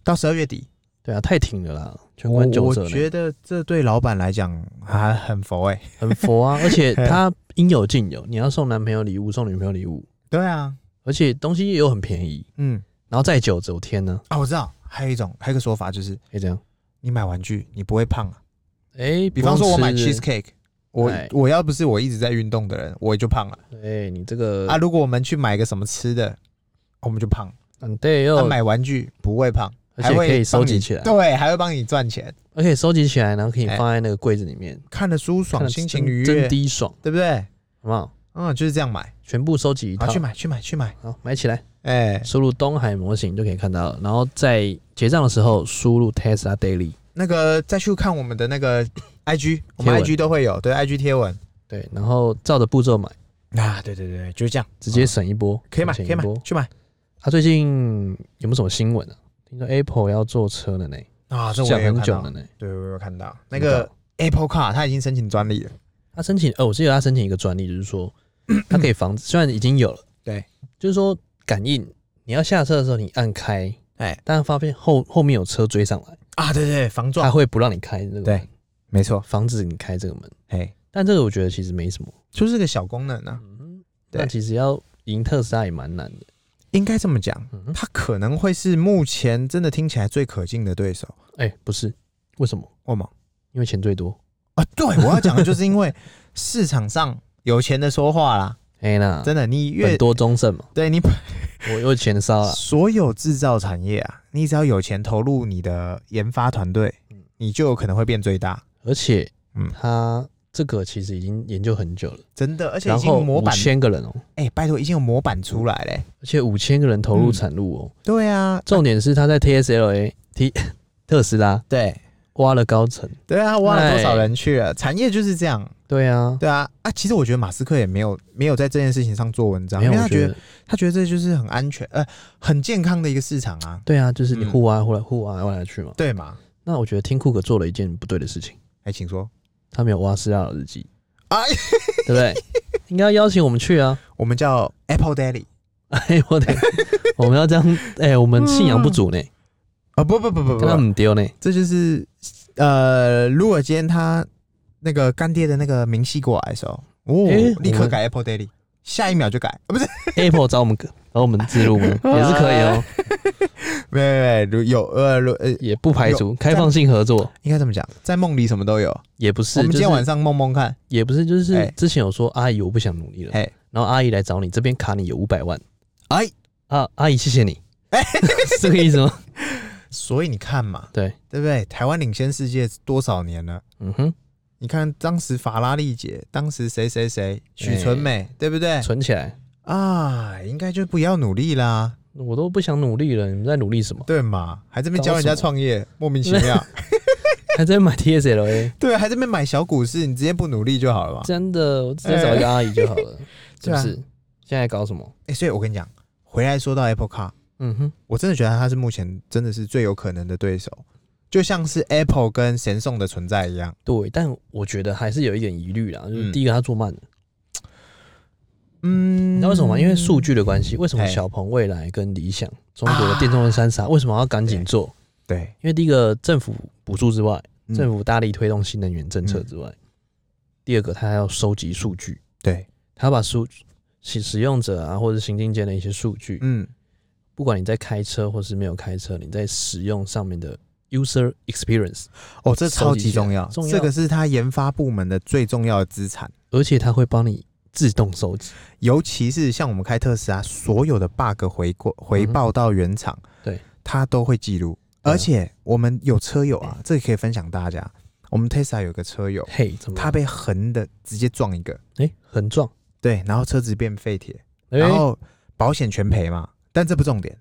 S2: 到十二月底
S1: 对啊，太挺了啦，全
S2: 我
S1: 关九
S2: 我
S1: 折呢，
S2: 觉得这对老板来讲还很佛哎、
S1: 很佛 啊，而且它应有尽有，你要送男朋友礼物，送女朋友礼物，
S2: 对啊，
S1: 而且东西又很便宜，
S2: 嗯
S1: 然后再九折，我天呐，
S2: 啊，我知道，还有一种还有一个说法就是，
S1: 可以这样。
S2: 你买玩具你不会胖啊。
S1: 哎、
S2: 比方说我买
S1: 不用吃
S2: cheese cake，我
S1: 哎
S2: 我要不是我一直在运动的人，我就胖了
S1: 哎、你这个
S2: 啊。如果我们去买个什么吃的，我们就胖。
S1: 嗯，对
S2: 他
S1: 哦，
S2: 买玩具不会胖，
S1: 而
S2: 还
S1: 且
S2: 会
S1: 可以收
S2: 帮你
S1: 集起来，
S2: 对，还会帮你赚钱，
S1: 而且收集起来，然后可以
S2: 哎
S1: 放在那个柜子里面，
S2: 看得舒
S1: 看
S2: 爽，
S1: 得
S2: 心
S1: 真
S2: 情愉
S1: 真
S2: 悦，
S1: 滴爽，
S2: 对不对？
S1: 好不好？
S2: 嗯，就是这样买，
S1: 全部收集一
S2: 好
S1: 套，
S2: 去买去买去买，
S1: 好买起来，
S2: 哎、
S1: 输入东海模型就可以看到了，然后在结账的时候输入 Tesla Daily，
S2: 那个再去看我们的那个 IG，我
S1: 贴
S2: 们
S1: 文
S2: IG 都会有，对，IG 贴文
S1: 对，然后照着步骤买，
S2: 啊，对对对对，就是这样，
S1: 直接
S2: 嗯
S1: 省一波，
S2: 可以买可
S1: 省
S2: 以
S1: 钱一
S2: 买
S1: 波。
S2: 去买
S1: 他、最近有没有什么新闻啊？听说 Apple 要做车了呢，
S2: 啊，这我
S1: 讲
S2: 也有
S1: 很
S2: 看
S1: 久
S2: 到
S1: 了，呢。
S2: 对，我有看到那个 Apple Car，它已经申请专利了，
S1: 他申请，呃，我记得他申请一个专利，就是 说它可以防止，虽然已经有了，
S2: 对，
S1: 就是说感应，你要下车的时候你按开，
S2: 哎
S1: 但发现后后面有车追上来，
S2: 啊，对对，防
S1: 他
S2: 撞，
S1: 会不让你开这个
S2: 对
S1: 门，
S2: 没错，
S1: 防止你开这个门。
S2: 哎，
S1: 但这个我觉得其实没什么，
S2: 就是个小功能啊，
S1: 嗯，
S2: 对
S1: 但其实要赢特斯拉也蛮难的，
S2: 应该这么讲，
S1: 嗯，
S2: 它可能会是目前真的听起来最可敬的对手，
S1: 哎、不是，为什么？
S2: 哦吗？
S1: 因为钱最多，
S2: 啊，对，我要讲的就是因 为市场上有钱的说话啦，
S1: 哎啦，
S2: 真的，你越
S1: 本多中胜嘛，
S2: 对你
S1: 我有钱烧了，
S2: 所有制造产业啊，你只要有钱投入你的研发团队，你就有可能会变最大，
S1: 而且，
S2: 嗯
S1: 他这个其实已经研究很久了，
S2: 真的，而且已
S1: 然
S2: 经
S1: 后
S2: 有模
S1: 五
S2: 板，
S1: 千个人哦、
S2: 哎、拜托，已经有模板出来嘞、
S1: 而且五千个人投入
S2: 嗯
S1: 产路哦、
S2: 对啊，
S1: 重点是他在 TSLA T 特斯拉
S2: 对啊
S1: 挖了高层，
S2: 对啊，挖了多少人去了？产业就是这样，
S1: 对啊，
S2: 对啊啊，其实我觉得马斯克也没有没有在这件事情上做文章，
S1: 没
S2: 因
S1: 有
S2: 为他
S1: 我
S2: 觉
S1: 觉
S2: 得
S1: 得
S2: 他觉得这就是很安全，呃，很健康的一个市场啊，
S1: 对啊，就是你
S2: 嗯
S1: 互挖互来互挖挖来去嘛。
S2: 对嘛？
S1: 那我觉得听库克做了一件不对的事情，
S2: 哎、请说。
S1: 他没有挖斯拉的日记，
S2: 哎，
S1: 对不 对？应该要邀请我们去啊！
S2: 我们叫 Apple Daily
S1: 哎，我得，我们要这样，哎，我们信仰不足呢，
S2: 啊、不不不不不
S1: 跟他
S2: 不，
S1: 们丢呢。
S2: 这就是呃，如果今天他那个干爹的那个明细过来的时候，哦，
S1: 哎
S2: 立
S1: 我
S2: 刻
S1: 们
S2: 改 Apple Daily，下一秒就改，啊、不是，
S1: Apple 找我们，找我们自录吗？
S2: 啊
S1: 也是可以哦，
S2: 没没没如，有呃如呃，
S1: 也不排除
S2: 样
S1: 开放性合作，
S2: 应该这么讲，在梦里什么都有。
S1: 也不
S2: 我
S1: 是，
S2: 们
S1: 就
S2: 今天晚
S1: 是
S2: 上梦梦看，
S1: 也不是，就
S2: 哎
S1: 是之前有说阿姨我不想努力了，
S2: 哎
S1: 然后阿姨来找你，这边卡你有五百万，
S2: 哎，
S1: 啊，阿姨谢谢你
S2: 哎，
S1: 是这个意思 吗？
S2: 所以你看嘛，
S1: 对，
S2: 对不对？台湾领先世界多少年了？
S1: 嗯哼，
S2: 你看当时法拉利姐，当时谁谁谁，许纯美，对不对？
S1: 存起来，
S2: 啊，应该就不要努力啦，
S1: 我都不想努力了，你们在努力什么？
S2: 对嘛？还这边教人家 创业，莫名其妙。
S1: 还在买 TSLA？
S2: 对，啊还这边买小股市，你直接不努力就好了嘛。
S1: 真的，我直接找一个阿姨就好了，是
S2: 哦对
S1: 不
S2: 啊
S1: 是？现在搞什么？
S2: 哎、所以我跟你讲，回来说到 Apple Car，
S1: 嗯哼，
S2: 我真的觉得它是目前真的是最有可能的对手，就像是 Apple 跟神送的存在一样。
S1: 对，但我觉得还是有一点疑虑啦，就是
S2: 嗯
S1: 第一个它做慢了，
S2: 嗯，
S1: 你知道为什么吗？因为数据的关系，为什么
S2: 哎啊
S1: 小鹏、蔚来跟理想、中国的电动车三傻为什么要赶紧做？
S2: 对
S1: 因为第一个政府补助之外，
S2: 嗯
S1: 政府大力推动新能源政策之外，第二个它还要收集数据，
S2: 对，
S1: 它要把数使使用者啊或者行进间的一些数据，
S2: 嗯，
S1: 不管你在开车或是没有开车，你在使用上面的 user experience，
S2: 哦，这超
S1: 收集起
S2: 级
S1: 来
S2: 重要，
S1: 重要
S2: 这个是它研发部门的最重要的资产。
S1: 而且它会帮你自动收集。
S2: 尤其是像我们开特斯拉，所有的 bug 回过回报到原厂，
S1: 嗯对
S2: 它都会记录。
S1: 对啊
S2: 而且我们有车友啊，这个可以分享大家。我们 Tesla 有个车友，
S1: 嘿，怎么了
S2: 他被横的直接撞一个，
S1: 哎横撞，
S2: 对，然后车子变废铁，
S1: 哎
S2: 然后保险全赔嘛。但这不重点，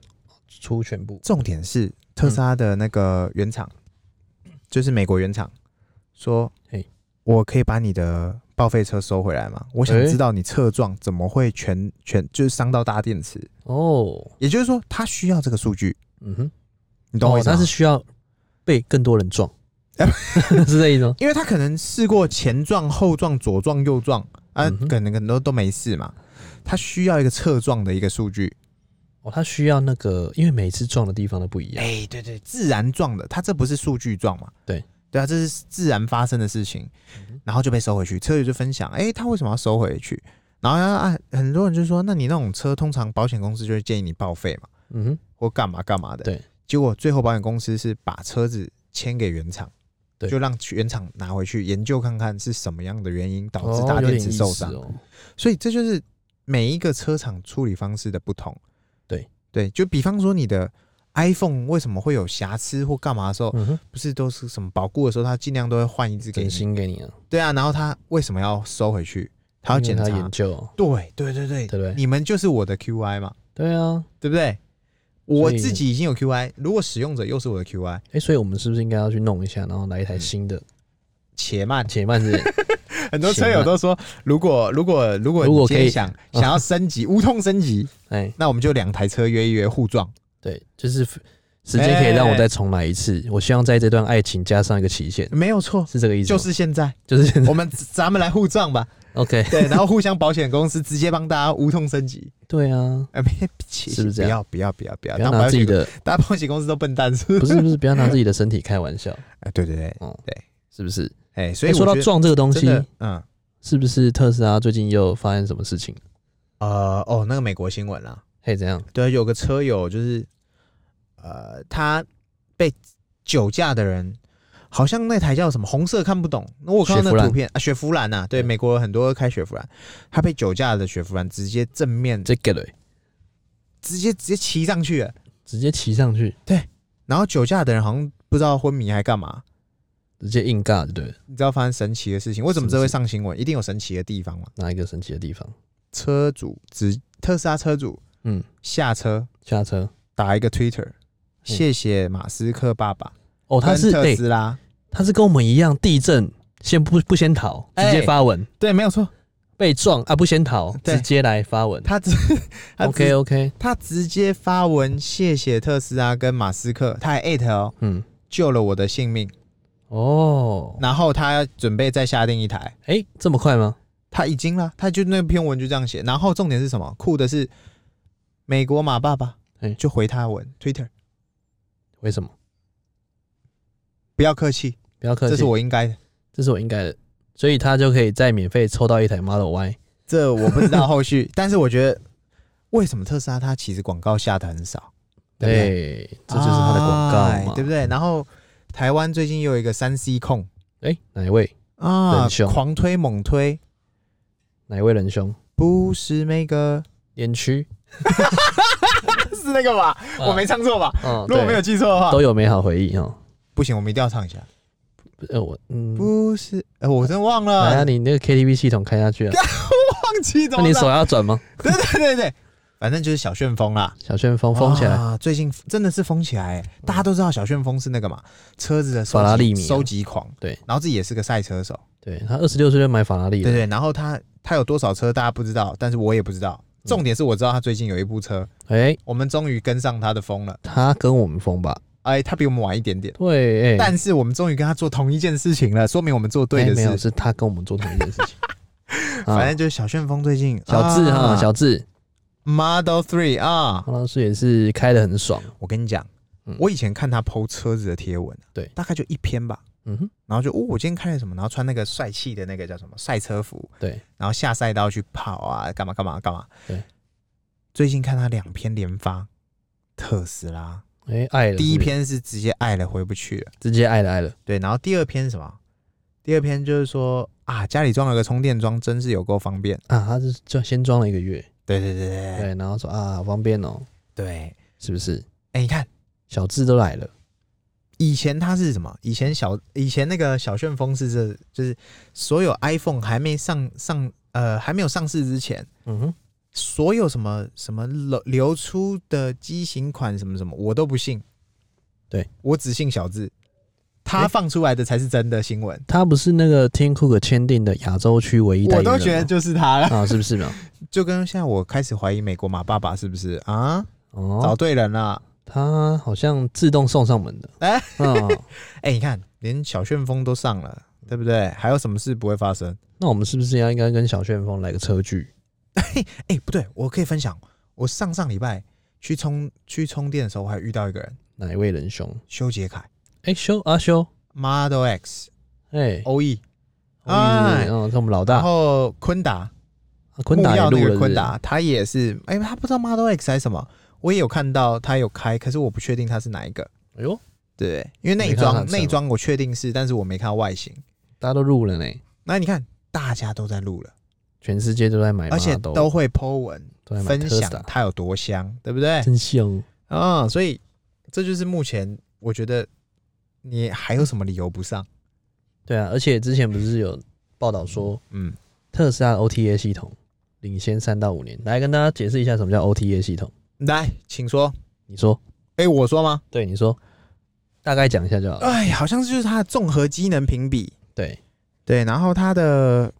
S1: 出全部，
S2: 重点是特斯拉的那个原厂，就是美国原厂说
S1: 嘿，
S2: 我可以把你的报废车收回来吗？我想
S1: 哎
S2: 知道你侧撞怎么会全全就是伤到大电池。
S1: 哦，
S2: 也就是说，他需要这个数据，
S1: 嗯哼，
S2: 你懂我意
S1: 哦
S2: 思吗？
S1: 它是需要被更多人 撞，是这意思吗？
S2: 因为他可能试过前撞、后撞、左撞、右撞，啊，
S1: 嗯哼
S2: 可能很多都没事嘛。他需要一个侧撞的一个数据，
S1: 哦，它需要那个，因为每次撞的地方都不一样。
S2: 哎、对对，自然撞的，它这不是数据撞嘛？
S1: 对嗯
S2: 对啊，这是自然发生的事情，然后就被收回去。车友就分享，哎、他为什么要收回去？然后啊，很多人就说，那你那种车，通常保险公司就会建议你报废嘛，
S1: 嗯哼，
S2: 或干嘛干嘛的。
S1: 对，
S2: 结果最后保险公司是把车子签给原厂，
S1: 对
S2: 就让原厂拿回去研究看看是什么样的原因导致
S1: 哦
S2: 大
S1: 有
S2: 电
S1: 点
S2: 池
S1: 意
S2: 受
S1: 思
S2: 伤。
S1: 哦。
S2: 所以这就是每一个车厂处理方式的不同。
S1: 对
S2: 对，就比方说你的 iPhone 为什么会有瑕疵或干嘛的时候，
S1: 嗯哼，
S2: 不是都是什么保固的时候，它尽量都会换一支给
S1: 给
S2: 你。
S1: 新给你啊，
S2: 对啊，然后它为什么要收回去？它要
S1: 因为
S2: 检
S1: 他
S2: 查。
S1: 研究哦，
S2: 对对对对嗯
S1: 对不对
S2: 你们就是我的 QI 嘛，
S1: 对啊，
S2: 对不对？
S1: 所以
S2: 我自己已经有 QI，如果使用者又是我的 QI，
S1: 哎、所以我们是不是应该要去弄一下，然后来一
S2: 嗯
S1: 台新的？
S2: 且慢，
S1: 且慢是
S2: 很多车友都说，如果如果如果
S1: 如果
S2: 你今
S1: 可
S2: 天
S1: 以
S2: 想想要升 级，无痛升级，
S1: 哎、
S2: 那我们就两台车约一约互撞。
S1: 对，就是时间可以
S2: 哎
S1: 让我再重来一次。我希望在这段爱情加上一个期限，
S2: 没有错，
S1: 是这个意思
S2: 就
S1: 吗？
S2: 是现 在，
S1: 就是
S2: 我们咱们来互撞吧。
S1: OK，
S2: 对，然后互相保险公司直接帮大家无痛升级。
S1: 对啊，
S2: 哎，别，切
S1: 是不是这样
S2: 不要不要不要
S1: 不
S2: 不
S1: 要
S2: 要，
S1: 拿
S2: 啊当
S1: 自己
S2: 保险
S1: 的，
S2: 公大家保险公司都笨蛋是不
S1: 不
S2: 是？
S1: 是不是，不要拿自己的身体开玩笑，
S2: 哎，对对对，
S1: 嗯，
S2: 对，
S1: 是不是？
S2: 哎，
S1: 所
S2: 所以
S1: 说
S2: 我
S1: 到
S2: 觉
S1: 撞这个东
S2: 得真
S1: 西，
S2: 的，嗯，
S1: 是不是特斯拉最近又发生什么事情？
S2: 呃，哦，那个美国新闻啦，
S1: 嘿，怎样？
S2: 对，啊有个车友就是，呃，他被酒驾的人，好像那台叫什么红色看不懂，那我看
S1: 雪
S2: 到
S1: 佛
S2: 那
S1: 兰
S2: 图片啊，雪佛兰呐，对，
S1: 对
S2: 美国很多开雪佛兰，他被酒驾的雪佛兰直接正面
S1: 这个嘞，
S2: 直接直接骑上去了。
S1: 直接骑上去，
S2: 然后酒驾的人好像不知道昏迷还干嘛，
S1: 直接硬尬，对了，
S2: 你知道发生神奇的事情？为什么这
S1: 什么
S2: 会
S1: 事
S2: 上新闻？一定有神奇的地方嘛？
S1: 哪一个神奇的地方？
S2: 车主直特斯拉车主，
S1: 嗯，
S2: 下车
S1: 下车
S2: 打一个 Twitter，、谢谢马斯克爸爸
S1: 哦，他
S2: 跟
S1: 是
S2: 特
S1: 哎、
S2: 斯拉，
S1: 他是跟我们一样，地震先不不先逃，直接
S2: 哎
S1: 发文。
S2: 对，没有错，
S1: 被撞啊，不先逃，
S2: 对
S1: 直接来发文。
S2: 他直他直
S1: OK OK，
S2: 他直接发文谢谢特斯拉跟马斯克，他还艾特哦，
S1: 嗯，
S2: 救了我的性命，
S1: 哦，
S2: 然后他准备再下定一台，
S1: 哎、这么快吗？
S2: 他已经了，他就那篇文就这样写。然后重点是什么？酷的是，美国马爸爸
S1: 嘿
S2: 就回他文 Twitter，
S1: 为什么？
S2: 不要客气，
S1: 不要客气，
S2: 这是我应该的。
S1: 这是我应该的，所以他就可以再免费抽到一台 Model Y。
S2: 这我不知道后续， 但是我觉得为什么特斯拉它其实广告下的很少，对不对
S1: 对，这就是他的广告嘛，
S2: 哎对不对？然后台湾最近又有一个三 C 控
S1: 对？哎、哪一位？
S2: 啊
S1: 仁，兄
S2: 狂推猛推，
S1: 哪一位仁兄？
S2: 不是那个，
S1: 连区？
S2: 是那个吧？我没唱错吧？
S1: 哦，
S2: 如果没有
S1: 对
S2: 记错的话，
S1: 都有美好回忆哦。
S2: 不行，我们一定要唱一下。
S1: 呃，我嗯，
S2: 不是，呃我真忘
S1: 来啊，
S2: 了，
S1: 你那个 KTV 系统开下去啊？
S2: 忘记怎
S1: 那
S2: 么
S1: 你
S2: 唱
S1: 手要转吗？
S2: 对对对对，反正就是小旋风啦，
S1: 小旋风封起来，
S2: 啊！最近真的是疯起来欸，大家都知道小旋风是那个嘛，车子的收集
S1: 法拉利迷啊
S2: 收集狂，
S1: 对，
S2: 然后自己也是个赛车手，
S1: 对他二十六岁就买法拉利
S2: 对
S1: 了，
S2: 对。然后他他有多少车大家不知道，但是我也不知道。
S1: 嗯
S2: 重点是我知道他最近有一部车，
S1: 哎、
S2: 我们终于跟上他的风了。
S1: 他跟我们封吧？
S2: 哎，他比我们晚一点点，
S1: 对，哎、
S2: 但是我们终于跟他做同一件事情了，说明我们做对
S1: 哎
S2: 的
S1: 没有，
S2: 事。
S1: 是他跟我们做同一件事情。啊
S2: 反正就是小旋风最近
S1: 小智哈，
S2: 啊
S1: 小智，
S2: Model Three 啊，
S1: 黄老师也是开的很爽。
S2: 我跟你讲
S1: 嗯，
S2: 我以前看他剖车子的贴文，啊
S1: 对
S2: 大概就一篇吧。
S1: 嗯哼，
S2: 然后就哦，我今天开了什么，然后穿那个帅气的那个叫什么赛车服，
S1: 对，
S2: 然后下赛道去跑啊，干嘛干嘛干嘛。
S1: 对，
S2: 最近看他两篇连发特斯拉，
S1: 哎、爱了，
S2: 第一
S1: 是不是
S2: 篇是直接爱了回不去了，
S1: 直接爱了爱了，
S2: 对，然后第二篇是什么？第二篇就是说啊，家里装了个充电桩，真是有够方便。
S1: 啊，他是就先装了一个月，
S2: 对对对对对
S1: 对，然后说啊，好方便哦，
S2: 对，
S1: 是不是？
S2: 哎，你看
S1: 小智都来了，
S2: 以前他是什么？以前小以前那个小旋风是这，就是所有 iPhone 还没上上呃还没有上市之前。
S1: 嗯哼，
S2: 所有什么什么流流出的机型款什么什么，我都不信。
S1: 对
S2: 我只信小智，他
S1: 诶
S2: 放出来的才是真的新闻。
S1: 他不是那个 Tim Cook 签订的亚洲区唯一代
S2: 我
S1: 言人吗
S2: 都觉得就是他了，
S1: 啊，是不是嘛？
S2: 就跟现在我开始怀疑美国马爸爸是不是啊找
S1: 哦，
S2: 对人了。
S1: 他好像自动送上 门的，
S2: 哎
S1: 啊，
S2: 哎、你看连小旋风都上了，对不对？还有什么事不会发生？
S1: 那我们是不是要应该跟小旋风来个车距？
S2: 哎、不对，我可以分享，我上上礼拜去充去充电的时候，我还遇到一个人，
S1: 哪一位仁兄？
S2: 修杰楷
S1: 哎、修阿修，
S2: Model X
S1: 哎、
S2: OE，
S1: 我一
S2: 哎
S1: 直嗯，是我们老
S2: 然
S1: 大，
S2: 后昆达
S1: 啊昆
S2: 木
S1: 达也
S2: 曜
S1: 录
S2: 那
S1: 了
S2: 个
S1: 是不
S2: 昆
S1: 是，
S2: 达，他也是，哎、他不知道 Model X 还是什么，我也有看到他有开，可是我不确定他是哪一个。
S1: 哎呦，
S2: 对，因为内
S1: 没看到他
S2: 装
S1: 的车
S2: 内装我确定是，但是我没看到外形。
S1: 大家都录了呢，
S2: 那你看，大家都在录了，
S1: 全世哎界都在买 Model，
S2: 而且都会 Po 文
S1: 都在买
S2: 分享哎
S1: Tesla，
S2: 它有多香，对不对？
S1: 真香。
S2: 啊、所以这就是目前我觉得你还有什么理由不上？
S1: 对啊，而且之前不是有报道说
S2: 嗯，
S1: 特斯拉的 OTA 系统领先三到五年，来跟大家解释一下什么叫 OTA 系统。
S2: 来，请说。
S1: 你说，
S2: 哎、我说吗？
S1: 对，你说，大概讲一下就好了。
S2: 哎，好像就是它的综合机能评比。
S1: 对，
S2: 对，然后它的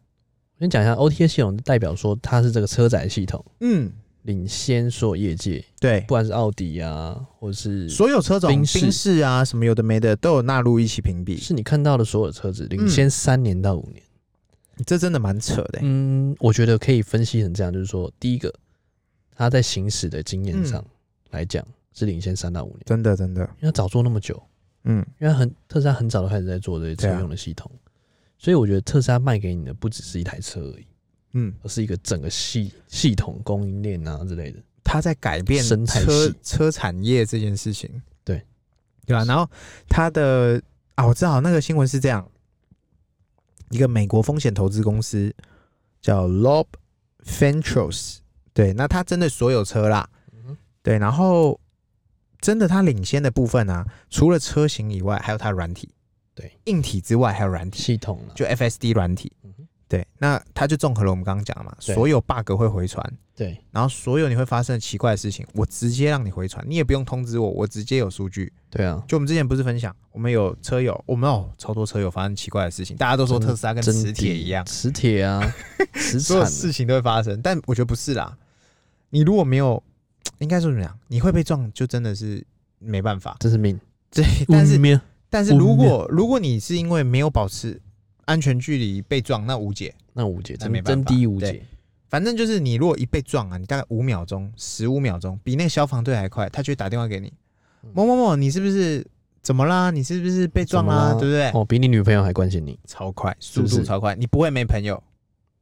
S1: 我先讲一下 OTA 系统，代表说它是这个车载系统
S2: 嗯，
S1: 领先所有业界，
S2: 对
S1: 不，管是奥迪啊，或者是
S2: 所有车种
S1: 宾
S2: 宾
S1: 士
S2: 士啊什么有的没的都有纳入一起评比，
S1: 是你看到的所有车子
S2: 嗯
S1: 领先三年到五年。
S2: 这真的蛮扯的、欸。
S1: 嗯，我觉得可以分析成这样，就是说，第一个，它在行驶的经验
S2: 嗯
S1: 上来讲是领先三到五年，
S2: 真的真的，
S1: 因为它早做那么久。
S2: 嗯，
S1: 因为它很特斯拉很早就开始在做这些车
S2: 啊
S1: 用的系统，所以我觉得特斯拉卖给你的不只是一台车而已，
S2: 嗯，
S1: 而是一个整个系系统供应链啊之类的。
S2: 它在改变
S1: 生态
S2: 车
S1: 系
S2: 车产业这件事情，
S1: 对
S2: 对啊吧、然后它的啊，我知道那个新闻是这样，一个美国风险投资公司叫 Lob Ventures，对，那它真的所有车啦，
S1: 哼
S2: 对，然后真的它领先的部分啊，除了车型以外，还有它的软体，
S1: 对，
S2: 硬体之外还有软体，
S1: 系统啊，
S2: 就 FSD 软体，
S1: 嗯哼
S2: 对，那它就综合了我们刚刚讲的嘛，
S1: 对
S2: 所有 bug 会回传。
S1: 对
S2: 然后所有你会发生的奇怪的事情，我直接让你回传，你也不用通知我，我直接有数据。
S1: 对啊，
S2: 就我们之前不是分享，我们有车友，我们有超多车友发生奇怪的事情，大家都说
S1: 真
S2: 特斯拉跟
S1: 真
S2: 磁铁
S1: 谛
S2: 一样，
S1: 磁铁 啊，磁
S2: 所
S1: 产
S2: 有
S1: 啊
S2: 事情都会发生，但我觉得不是啦。你如果没有，应该说怎么样，你会被撞就真的是没办法。
S1: 真是命。
S2: 对，但是
S1: 嗯咩
S2: 但是如果如果你是因为没有保持安全距离被撞，那无解。
S1: 那无解，
S2: 那没
S1: 真
S2: 办
S1: 真
S2: 法
S1: 低无
S2: 对
S1: 解。
S2: 反正就是你如果一被撞啊，你大概五秒钟、十五秒钟，比那个消防队还快，他就会打电话给你
S1: 嗯，
S2: 某某某，你是不是怎么啦？你是不是被撞啦？
S1: 怎么啦
S2: 对不对？
S1: 哦，比你女朋友还关心你，
S2: 超快，
S1: 是
S2: 速
S1: 不是
S2: 度超快，你不会没朋友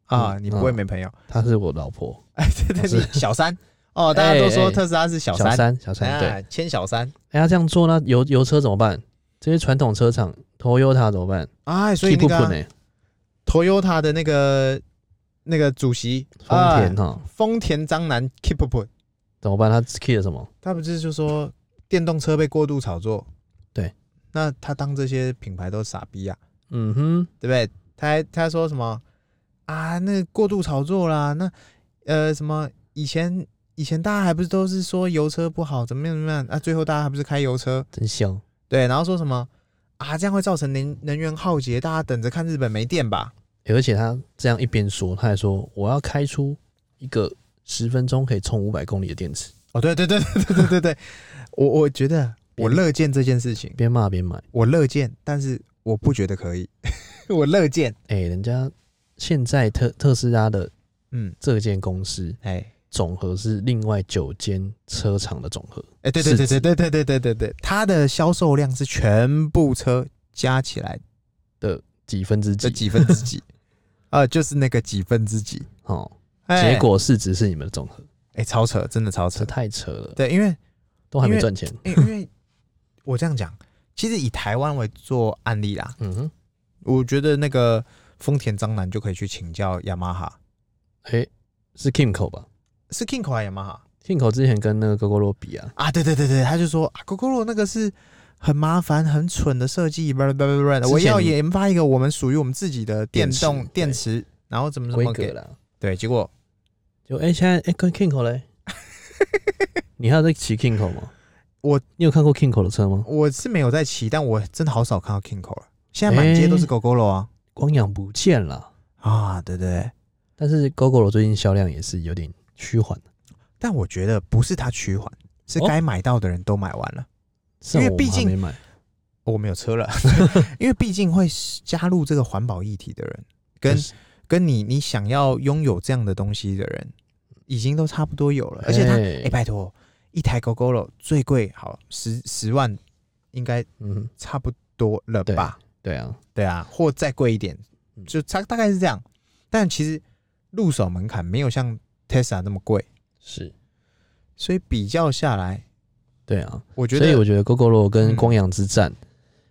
S2: 啊，
S1: 嗯
S2: 你不会
S1: 嗯
S2: 没朋友。
S1: 她是我老婆，
S2: 哎， 对对，
S1: 是
S2: 你小三哦，大家都
S1: 哎
S2: 说
S1: 哎
S2: 特斯拉是小
S1: 小
S2: 三，
S1: 三，小三，对。
S2: 啊，牵小三，
S1: 哎，她这样做呢，油油车怎么办？这些传统车厂，Toyota 怎么办？
S2: 哎，所以
S1: Keep
S2: 那个
S1: up
S2: 啊
S1: 呢？
S2: Toyota 的那个那个主席
S1: 丰田
S2: 哎
S1: 哈
S2: 丰田章男 Keep Up，
S1: 怎么办？他 key 了什么？
S2: 他不是就说电动车被过度炒作？
S1: 对，
S2: 那他当这些品牌都傻逼啊，
S1: 嗯哼，
S2: 对不对？他还他还说什么啊？那个过度炒作啦，那呃什么以前以前大家还不是都是说油车不好，怎么样怎么样啊？最后大家还不是开油车？
S1: 真香。
S2: 对，然后说什么啊？这样会造成能能源耗竭，大家等着看日本没电吧？
S1: 欸而且他这样一边说，他还说我要开出一个十分钟可以充五百公里的电池，
S2: 哦，对对对对对对对对，我我觉得我乐见这件事情，
S1: 边骂边买。
S2: 我乐见，但是我不觉得可以， 我乐见，
S1: 哎、人家现在特特斯拉的
S2: 嗯，
S1: 这间公司
S2: 哎。
S1: 总和是另外九间车厂的总和，
S2: 哎、对对
S1: 市
S2: 对
S1: 值
S2: 对对对对对对对，它的销售量是全部车加起来
S1: 几分之
S2: 这
S1: 几？
S2: 几分之 几，呃，就是那个几分之几。
S1: 哦，
S2: 哎
S1: 结果市值是你们的总和，
S2: 哎、超扯，真的超
S1: 这
S2: 扯。
S1: 太扯了，
S2: 对，因为
S1: 都还
S2: 因
S1: 没
S2: 为
S1: 赚钱。
S2: 因为因为我这样讲，其实以台湾为做案例啦，
S1: 嗯哼，
S2: 我觉得那个丰田章男就可以去请教雅马哈，
S1: 哎、是 Kimco 吧
S2: 是 Kinko 还是雅马哈
S1: ？Kimco 之前跟那个 g o g o r o 比啊，
S2: 啊？对对对对，他就说啊，GoGoRo 那个是。很麻烦、很蠢的设计，叭叭叭叭叭的。
S1: 之前
S2: 我要研发一个我们属于我们自己的电动
S1: 电
S2: 电
S1: 池
S2: 池，然后怎么怎
S1: 规
S2: 么
S1: 格
S2: 给。
S1: 啦。
S2: 对，结果
S1: 就哎、现在哎、跟 Kimco 嘞，你还有在骑 Kimco 吗？
S2: 我
S1: 你有看过 Kimco 的车吗？
S2: 我是没有在骑，但我真的好少看到 Kinko 了。现在满街都是
S1: 哎
S2: GoGoRo 啊。
S1: 光阳不见了，
S2: 啊，对对对，
S1: 但是 GoGoRo 最近销量也是有点趋缓了，
S2: 但我觉得不是它趋缓，是
S1: 哦
S2: 该买到的人都买完了。
S1: 虽然
S2: 因为
S1: 我
S2: 毕
S1: 们还
S2: 竟
S1: 没买，
S2: 哦我没有 车了，因为毕竟会加入这个环保议题的人，跟
S1: 就是
S2: 跟你你想要拥有这样的东西的人，已经都差不多有了。而且他，哎、
S1: 哎
S2: 拜托，一台 GoGoRo 最贵好十十万，应该
S1: 嗯，
S2: 差不多了吧？
S1: 对啊，
S2: 对啊，或再贵一点
S1: 嗯，
S2: 就差大概是这样。但其实入手门槛没有像 Tesla 那么贵，
S1: 是，
S2: 所以比较下来，
S1: 对啊。
S2: 我觉
S1: 所以
S2: 得
S1: 我觉得 GoGoRo 跟
S2: 嗯
S1: 光阳之战，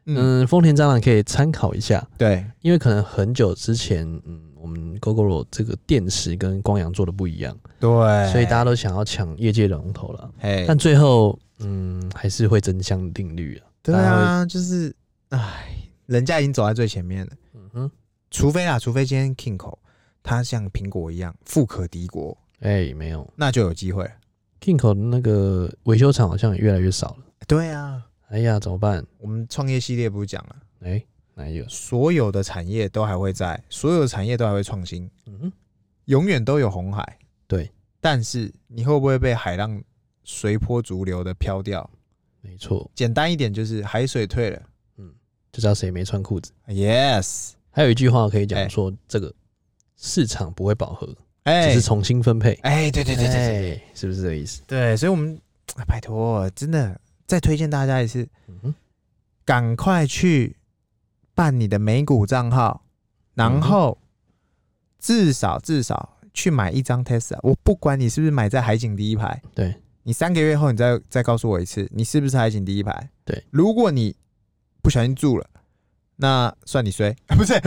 S2: 嗯，
S1: 嗯，丰田蟑螂可以参考一下，
S2: 对，
S1: 因为可能很久之前，嗯，我们 GoGoRo 这个电池跟光阳做的不一样，
S2: 对，
S1: 所以大家都想要抢业界龙头了。
S2: 哎，
S1: 但最后，嗯，还是会真相定律啊。
S2: 对
S1: 大
S2: 啊，就是哎，人家已经走在最前面了，
S1: 嗯哼，
S2: 除非啦，除非今天 Kingo 它像苹果一样富可敌国，
S1: 哎、没有
S2: 那就有机会了。
S1: ，Kingo 的那个维修厂好像也越来越少了。
S2: 对啊，
S1: 哎呀，怎么办？
S2: 我们创业系列不是讲了，
S1: 哎、哪一个？
S2: 所有的产业都还会在，所有的产业都还会创新，
S1: 嗯哼，
S2: 永远都有红海。
S1: 对，
S2: 但是你会不会被海浪随波逐流的飘掉？
S1: 没错，
S2: 简单一点就是海水退了
S1: 就知道谁没穿裤子。
S2: ，yes，
S1: 还有一句话可以
S2: 哎
S1: 讲说，这个市场不会饱和，
S2: 哎、
S1: 只是重新分配。
S2: 哎、对对对对对
S1: 哎是不是这个意思？
S2: 对，所以我们哎拜托，真的再推荐大家一次，
S1: 嗯哼，
S2: 赶快去办你的美股账号，然后至少至少去买一张 Tesla。我不管你是不是买在海景第一排，
S1: 对
S2: 你三个月后你再再告诉我一次，你是不是海景第一排？
S1: 对，
S2: 如果你不小心住了，那算你衰， 不 是？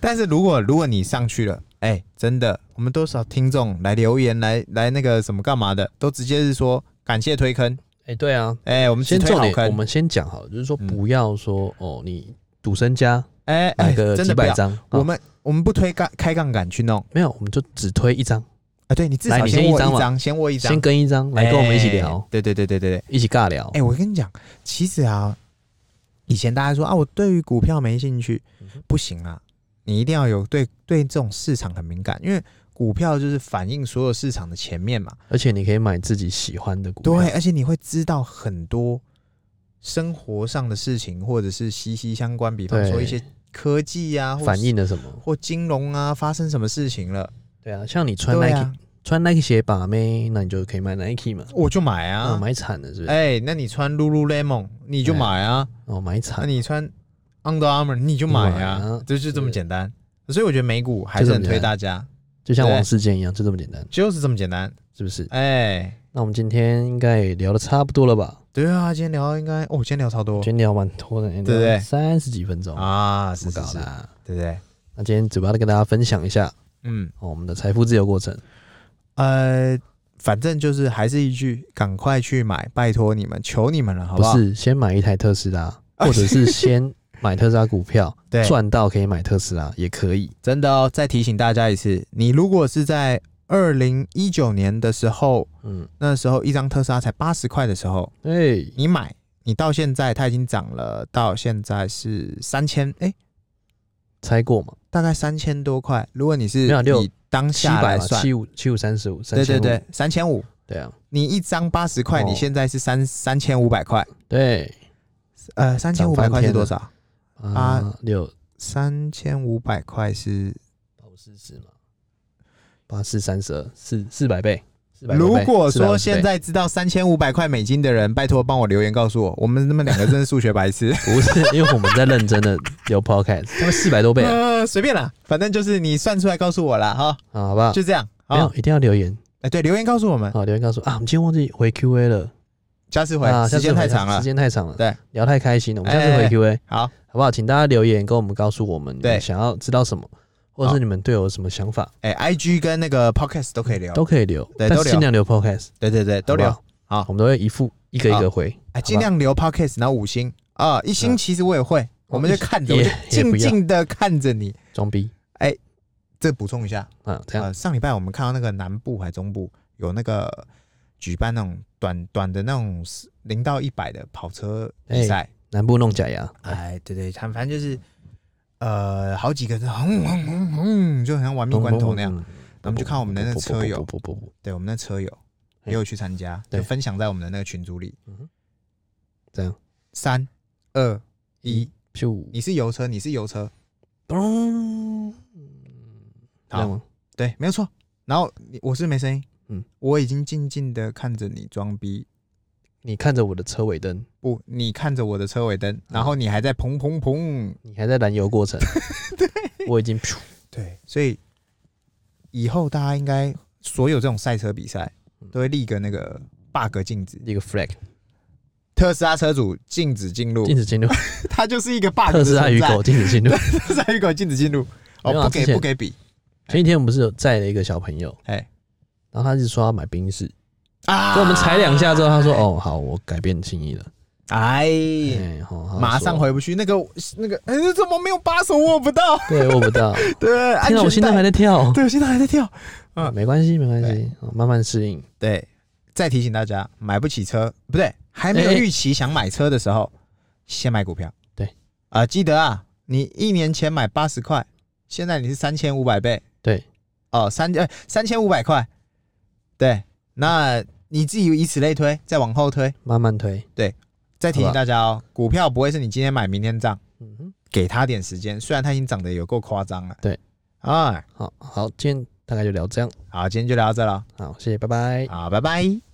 S2: 但是如果如果你上去了，哎、真的，我们多少听众来留言来来那个什么干嘛的，都直接是说感谢推坑，
S1: 哎、对啊，
S2: 哎、我们只
S1: 先
S2: 推
S1: 重
S2: 好
S1: 点，我
S2: 坑，
S1: 们先讲好了，就是说
S2: 嗯
S1: 不要说、哦，你赌身家
S2: 哎哎、
S1: 买个
S2: 真
S1: 几
S2: 的不
S1: 百
S2: 要。
S1: 张，
S2: 我
S1: 哦
S2: 们我们不推杠开杠杆去弄
S1: 没有，我们就只推一张，
S2: 啊，对你至
S1: 来
S2: 少
S1: 你先
S2: 握
S1: 一张嘛
S2: 张，先握一张
S1: 先，跟一张来跟我们一起聊，
S2: 哎对对对对对对，
S1: 一起尬聊。
S2: 哎、我跟你讲，其实啊，以前大家说啊，我对于股票没兴趣
S1: 嗯哼，
S2: 不行啊，你一定要有对对这种市场很敏感，因为股票就是反映所有市场的前面嘛。
S1: 而且你可以买自己喜欢的股票。
S2: 对，而且你会知道很多生活上的事情，或者是息息相关，比方
S1: 对
S2: 说一些科技啊，或
S1: 反
S2: 是
S1: 映了什么？
S2: 或金融啊，发生什么事情了，
S1: 对啊，像你穿
S2: 对
S1: Nike、
S2: 啊，
S1: 穿 Nike 鞋把妹，那你就可以买 Nike 嘛。
S2: 我就买
S1: 啊，
S2: 啊。
S1: 买惨了是不是？
S2: 哎、那你穿 Lululemon 你就
S1: 哎
S2: 买啊，
S1: 哦，买
S2: 那
S1: 惨，
S2: 你穿 Under Armour 你就买
S1: 你买
S2: 啊
S1: 啊，
S2: 就是这么
S1: 是
S2: 简单。所以我觉得美股还是很推大家，
S1: 就像
S2: 对
S1: 王世坚一样，就这么简单，
S2: 就是这么简单。
S1: 是不是？
S2: 哎、
S1: 那我们今天应该也聊的差不多了吧？
S2: 对啊，今天聊到应该哦，今天聊超多
S1: 今天聊蛮多的，
S2: 对不对
S1: 三十几分钟，
S2: 啊，
S1: 怎
S2: 是
S1: 么搞
S2: 是
S1: 的，
S2: 是
S1: 啊？
S2: 对不对？
S1: 那今天主要跟大家分享一下
S2: 嗯，
S1: 哦，我们的财富自由过程。
S2: 呃，反正就是还是一句，赶快去买，拜托你们，求你们了，好不好？
S1: 不是先买一台特斯拉，或者 是先买特斯拉股票，
S2: 对，
S1: 赚到可以买特斯拉也可以。
S2: 真的哦。再提醒大家一次，你如果是在二零一九年的时候，
S1: 嗯，
S2: 那时候一张特斯拉才八十块的时候，
S1: 哎、
S2: 你买，你到现在它已经涨了，到现在是三千，哎，
S1: 猜过嘛？
S2: 大概三千多块。如果你是
S1: 没有六
S2: 以当
S1: 七
S2: 下
S1: 百
S2: 来
S1: 嘛，
S2: 算，
S1: 七五七五三十五，
S2: 对对
S1: 3500
S2: 对，三千五，
S1: 对啊，
S2: 你一张八十块，
S1: 哦
S2: 你现在是三三千五百块，
S1: 对
S2: 呃，三千五百块是多少？
S1: 啊，六
S2: 三千五百块是，
S1: 八五四十嘛，八四三十二，四四百倍。400倍
S2: 如果
S1: 450
S2: 说现在知道三千五百块美金的人，拜托帮我留言告诉我，我们他们两个真是数学 白痴。
S1: 倍不是，因为我们在认真的聊 podcast，他们四百多倍啊，
S2: 呃，随便啦，反正就是你算出来告诉我啦，哈，
S1: 啊好不好？
S2: 就这样。
S1: 没
S2: 好
S1: 有，一定要留言，
S2: 哎，对，留言告诉我们，
S1: 好，留言告诉我啊，我们今天忘记回 Q A 了，
S2: 下次回
S1: 啊，，下
S2: 时
S1: 次
S2: 间
S1: 回
S2: 太长了
S1: 时。间太长了，
S2: 对，
S1: 聊太开心了，我们下次
S2: 哎哎
S1: 回
S2: 哎
S1: Q A
S2: 好，
S1: 好不好？请大家留言跟我们告诉我们你
S2: 对
S1: 们想要知道什么，或者
S2: 好
S1: 是你们对我有什么想法，
S2: 哎，IG 跟那个 Podcast 都可以聊，
S1: 都可以留，
S2: 对
S1: 但
S2: 都
S1: 是
S2: 留
S1: 尽量留 podcast，
S2: 对对对，都
S1: 好不好
S2: 聊。好
S1: 我们都会一副一个一个回，
S2: 哎，尽量留 podcast，然后五星啊，一星
S1: 嗯
S2: 其实我也会，我们就看着，我
S1: 也
S2: 就
S1: 也
S2: 静
S1: 不要
S2: 静的看着你。哎
S1: 装逼，
S2: 这补充一下，
S1: 啊，这样
S2: 呃，上礼拜我们看到那个南部还中部有那个举办那种短短的那种零到一百的跑车比赛，
S1: 南部弄假牙，
S2: 哎，对对，他们反正就是呃好几个人轰轰轰轰，就很像玩命关头那样。
S1: 嗯。
S2: 我们就看我们的那个车友
S1: 不不不不不不不，
S2: 对我们那车友也有去参加，
S1: 对
S2: 就分享在我们的那个群组里。
S1: 嗯哼这样
S2: 三二一，
S1: 就
S2: 你是油车，你是油车，
S1: 咚，这
S2: 好
S1: 样。吗？
S2: 对，没有错。然后你我是没声音，
S1: 嗯，
S2: 我已经静静的看着你装逼，
S1: 你看着我的车尾灯，
S2: 不，你看着我的车尾灯，然
S1: 嗯
S2: 后你还在砰砰砰，
S1: 你还在燃油过程，我已经噗
S2: 对，所以以后大家应该所有这种赛车比赛
S1: 嗯
S2: 都会立个那个 bug 禁止，
S1: 一个 flag，
S2: 特斯拉车主禁止进入
S1: 禁，止进入，
S2: 它就是一个 bug
S1: 特斯拉与狗，禁止进入。
S2: 特斯拉与狗禁止进入，
S1: 没
S2: 哦，
S1: 有啊
S2: 不
S1: 之
S2: 给
S1: 前
S2: 不给比，
S1: 前几天我们不是有载了一个小朋友，
S2: 哎
S1: 然后他一直说要买冰室，
S2: 啊
S1: 所以我们踩两下之后，他说：“，哦，好，我改变心意了。
S2: 哎，
S1: 哎，好，他就
S2: 马上
S1: 说
S2: 回不去，那个那个，哎，怎么没有把手握 不到？
S1: 对，握不到。
S2: 对，安
S1: 天啊，我
S2: 全
S1: 心脏还
S2: 带，
S1: 在跳。
S2: 对，我心脏还在跳。嗯
S1: 没关系，没关系
S2: 对，
S1: 哦慢慢适应。
S2: 对，再提醒大家，买不起车，不对，还没有
S1: 哎哎
S2: 预期想买车的时候，先买股票。
S1: 哎对，
S2: 啊、记得啊，你一年前买八十块，现在你是三千五百倍。
S1: 对，
S2: 哦，三呃三千五百块，对，那你自己以此类推，再往后推。
S1: 慢慢推。
S2: 再提醒
S1: 好吧
S2: 大家哦，股票不会是你今天买明天涨，
S1: 嗯哼，
S2: 给它点时间，虽然它已经涨得有够夸张了。
S1: 对，
S2: 啊、
S1: 好好，今天大概就聊这样。
S2: 好，今天就聊到这了，
S1: 好，谢谢，拜拜。
S2: 好，拜拜。